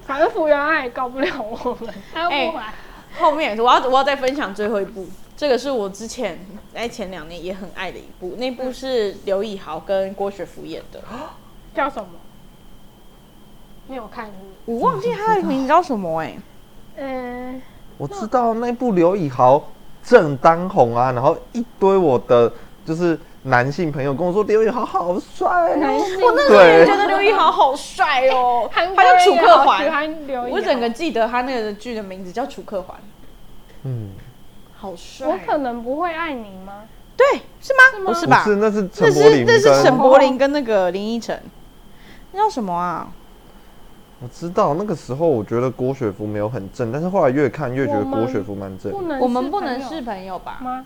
[SPEAKER 2] 反正福原爱也告不了我们，他不
[SPEAKER 1] 哎
[SPEAKER 2] 来。
[SPEAKER 1] 后面也是，我要我要再分享最后一部，这个是我之前哎前两年也很爱的一部，那部是刘以豪跟郭雪芙演的，
[SPEAKER 2] 叫什么？你有看是不是？
[SPEAKER 1] 我忘记他的名字叫什么哎、呃
[SPEAKER 2] 嗯，
[SPEAKER 3] 我知道那部刘以豪正当红啊，然后一堆我的就是男性朋友跟我说刘以豪好帅哦、
[SPEAKER 1] 我那时候也觉得刘以豪好帅 哦，他
[SPEAKER 2] 韩国人
[SPEAKER 1] 叫楚
[SPEAKER 2] 也
[SPEAKER 1] 克
[SPEAKER 2] 好喜
[SPEAKER 1] 环，
[SPEAKER 2] 欢刘亦
[SPEAKER 1] 我整个记得他那个剧的名字叫楚克环，
[SPEAKER 3] 嗯，
[SPEAKER 1] 好
[SPEAKER 2] 豪我
[SPEAKER 1] 帅，哦
[SPEAKER 2] 可能不会爱你吗？
[SPEAKER 1] 对是吗？不是吧？
[SPEAKER 3] 哦不是，那是
[SPEAKER 1] 这
[SPEAKER 3] 陈柏
[SPEAKER 1] 是
[SPEAKER 3] 霖
[SPEAKER 1] 这
[SPEAKER 3] 跟，
[SPEAKER 1] 是沈柏霖跟那个林依晨，那叫什么啊？
[SPEAKER 3] 我知道那个时候我觉得郭雪芙没有很正，但是后来越看越觉得郭雪芙蛮正
[SPEAKER 2] 不，能，
[SPEAKER 1] 我们不能是朋友吧？
[SPEAKER 2] 吗？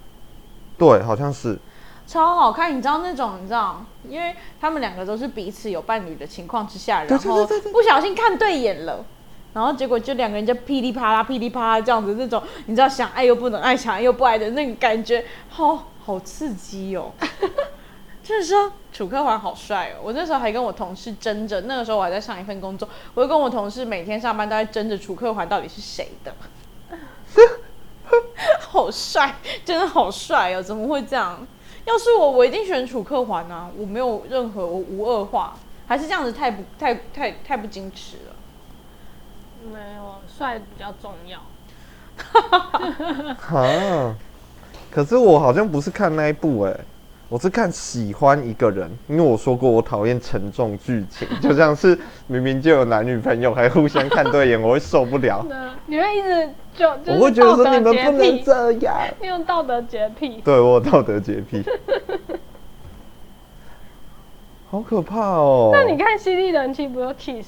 [SPEAKER 3] 对，好像是，
[SPEAKER 1] 超好看，你知道那种你知道，因为他们两个都是彼此有伴侣的情况之下，然后不小心看对眼了。然后结果就两个人就噼里啪啦、噼里啪啦这样子，那种你知道想爱又不能爱，想爱又不爱的那个感觉，好、好刺激哦！就是说楚科环好帅哦，我那时候还跟我同事争着，那个时候我还在上一份工作，我就跟我同事每天上班都在争着楚科环到底是谁的，好帅，真的好帅哦！怎么会这样？要是我，我一定选楚克环啊！我没有任何，我无恶化，还是这样子太不太太太不矜持了。
[SPEAKER 2] 没有，帅比较重要。
[SPEAKER 3] 哈，可是我好像不是看那一部哎、我是看喜欢一个人，因为我说过我讨厌沉重剧情，就像是明明就有男女朋友还互相看对眼，我会受不了，
[SPEAKER 2] 那你会一直就 就是
[SPEAKER 3] 我会觉得说
[SPEAKER 2] 道
[SPEAKER 3] 你
[SPEAKER 2] 德
[SPEAKER 3] 们
[SPEAKER 2] 洁
[SPEAKER 3] 不能
[SPEAKER 2] 癖，
[SPEAKER 3] 这样。
[SPEAKER 2] 你有道德洁癖。
[SPEAKER 3] 对我有道德洁癖，好可怕哦。
[SPEAKER 2] 那你看《犀利人妻》不就 kiss？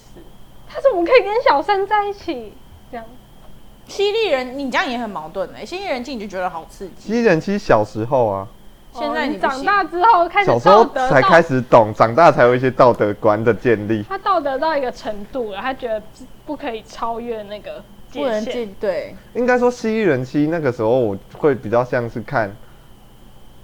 [SPEAKER 2] 他怎么可以跟小三在一起？这样
[SPEAKER 1] 犀利人，你这样也很矛盾哎、犀利人气你就觉得好刺激，
[SPEAKER 3] 机人其实小时候啊，
[SPEAKER 1] 现在
[SPEAKER 2] 哦
[SPEAKER 1] 你
[SPEAKER 2] 你
[SPEAKER 1] 不
[SPEAKER 2] 长
[SPEAKER 1] 行
[SPEAKER 2] 大之后开始
[SPEAKER 3] 小时
[SPEAKER 2] 道
[SPEAKER 3] 候
[SPEAKER 2] 德
[SPEAKER 3] 才
[SPEAKER 2] 到
[SPEAKER 3] 开始懂，长大才有一些道德观的建立。
[SPEAKER 2] 他道德到一个程度了，他觉得不不可以超越那个
[SPEAKER 1] 不
[SPEAKER 2] 界
[SPEAKER 1] 能
[SPEAKER 2] 限。
[SPEAKER 1] 进对。
[SPEAKER 3] 应该说《蜥蜴人妻》那个时候，我会比较像是看，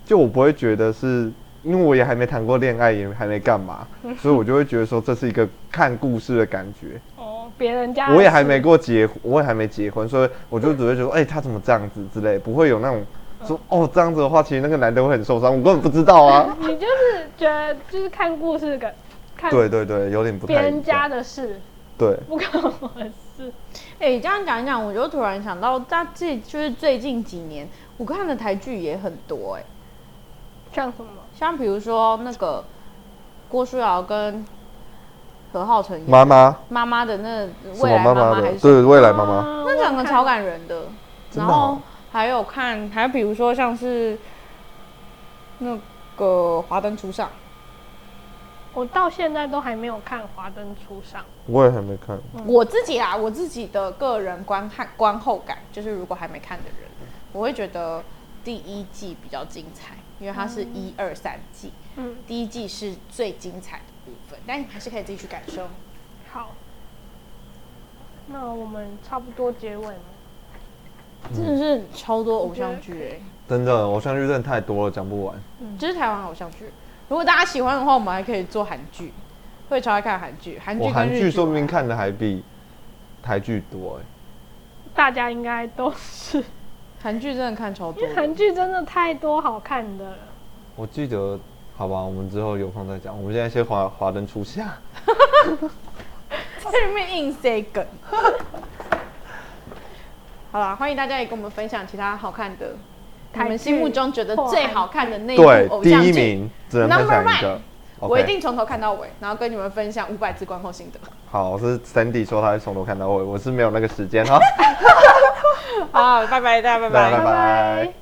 [SPEAKER 3] 就我不会觉得是因为我也还没谈过恋爱，也还没 干嘛，所以我就会觉得说这是一个看故事的感觉。
[SPEAKER 2] 哦，别人家的
[SPEAKER 3] 我也还
[SPEAKER 2] 事
[SPEAKER 3] 没过结，我也还没结婚，所以我就只会觉得，哎、他怎么这样子之类，不会有那种说
[SPEAKER 2] 嗯
[SPEAKER 3] 哦这样子的话，其实那个男的会很受伤，我根本不知道 啊。
[SPEAKER 2] 你就是觉得就是看故事的，看
[SPEAKER 3] 对对对，有点不
[SPEAKER 2] 别
[SPEAKER 3] 太
[SPEAKER 2] 人
[SPEAKER 3] 一
[SPEAKER 2] 家
[SPEAKER 3] 样。
[SPEAKER 2] 的事，
[SPEAKER 3] 对，
[SPEAKER 2] 不关我的事。
[SPEAKER 1] 哎、这样讲一讲，我就突然想到，大这就是最近几年我看的台剧也很多哎、
[SPEAKER 2] 像什么？
[SPEAKER 1] 像比如说那个郭书瑶跟何浩晨演
[SPEAKER 3] 妈妈
[SPEAKER 1] 妈妈的那
[SPEAKER 3] 什
[SPEAKER 1] 未
[SPEAKER 3] 么
[SPEAKER 1] 来
[SPEAKER 3] 妈
[SPEAKER 1] 妈
[SPEAKER 3] 妈
[SPEAKER 1] 还
[SPEAKER 3] 的，
[SPEAKER 1] 是什么
[SPEAKER 3] 对未来妈妈，
[SPEAKER 2] 啊
[SPEAKER 1] 那两个
[SPEAKER 2] 我有看
[SPEAKER 1] 超感人的。
[SPEAKER 3] 真
[SPEAKER 1] 然
[SPEAKER 3] 的
[SPEAKER 1] 后
[SPEAKER 3] 哦
[SPEAKER 1] 还有看，还有比如说像是那个《华灯初上》，
[SPEAKER 2] 我到现在都还没有看《华灯初上
[SPEAKER 3] 我也还没看。
[SPEAKER 1] 我自己啊，我自己的个人观看观后感，就是如果还没看的人，我会觉得第一季比较精彩，因为它是一二三季，》。
[SPEAKER 2] 嗯，
[SPEAKER 1] 第一季是最精彩的部分，但你还是可以自己去感受。
[SPEAKER 2] 好。那我们差不多结尾了。
[SPEAKER 1] 真的是超多偶像剧
[SPEAKER 2] 我觉得
[SPEAKER 1] 哎、
[SPEAKER 3] 真的，偶像剧真的太多了，讲不完。
[SPEAKER 1] 嗯就是台湾偶像剧。如果大家喜欢的话，我们还可以做韩剧，会超爱看韩剧，韩剧
[SPEAKER 3] 我
[SPEAKER 1] 跟
[SPEAKER 3] 韩
[SPEAKER 1] 日
[SPEAKER 3] 剧说
[SPEAKER 1] 我
[SPEAKER 3] 不
[SPEAKER 1] 还
[SPEAKER 3] 定看的还比台剧多哎、
[SPEAKER 2] 大家应该都是
[SPEAKER 1] 韩剧真的看超
[SPEAKER 2] 因
[SPEAKER 1] 多
[SPEAKER 2] 为韩剧真的太多好看的了。
[SPEAKER 3] 我记得，好吧，我们之后有空再讲。我们现在先华华灯初夏。
[SPEAKER 1] 在里面硬塞梗。 好啦，欢迎大家也跟我们分享其他好看的，你
[SPEAKER 2] 台
[SPEAKER 1] 们心目
[SPEAKER 2] 剧
[SPEAKER 1] 中觉得
[SPEAKER 2] 或
[SPEAKER 1] 最
[SPEAKER 2] 韩
[SPEAKER 1] 好看的那一部
[SPEAKER 3] 对，
[SPEAKER 1] 偶
[SPEAKER 3] 第
[SPEAKER 1] 像剧，
[SPEAKER 3] 一名只能分
[SPEAKER 1] Number
[SPEAKER 3] 享一
[SPEAKER 1] one
[SPEAKER 3] 个。
[SPEAKER 1] 我一
[SPEAKER 3] OK，
[SPEAKER 1] 定从头看到尾，然后跟你们分享五百字观后心得。
[SPEAKER 3] 好，我是 Sandy 说他是从头 哦看到尾，我是没有那个时间哈。
[SPEAKER 1] 好，拜拜，大家拜
[SPEAKER 3] 大家
[SPEAKER 1] 拜
[SPEAKER 3] 拜。拜。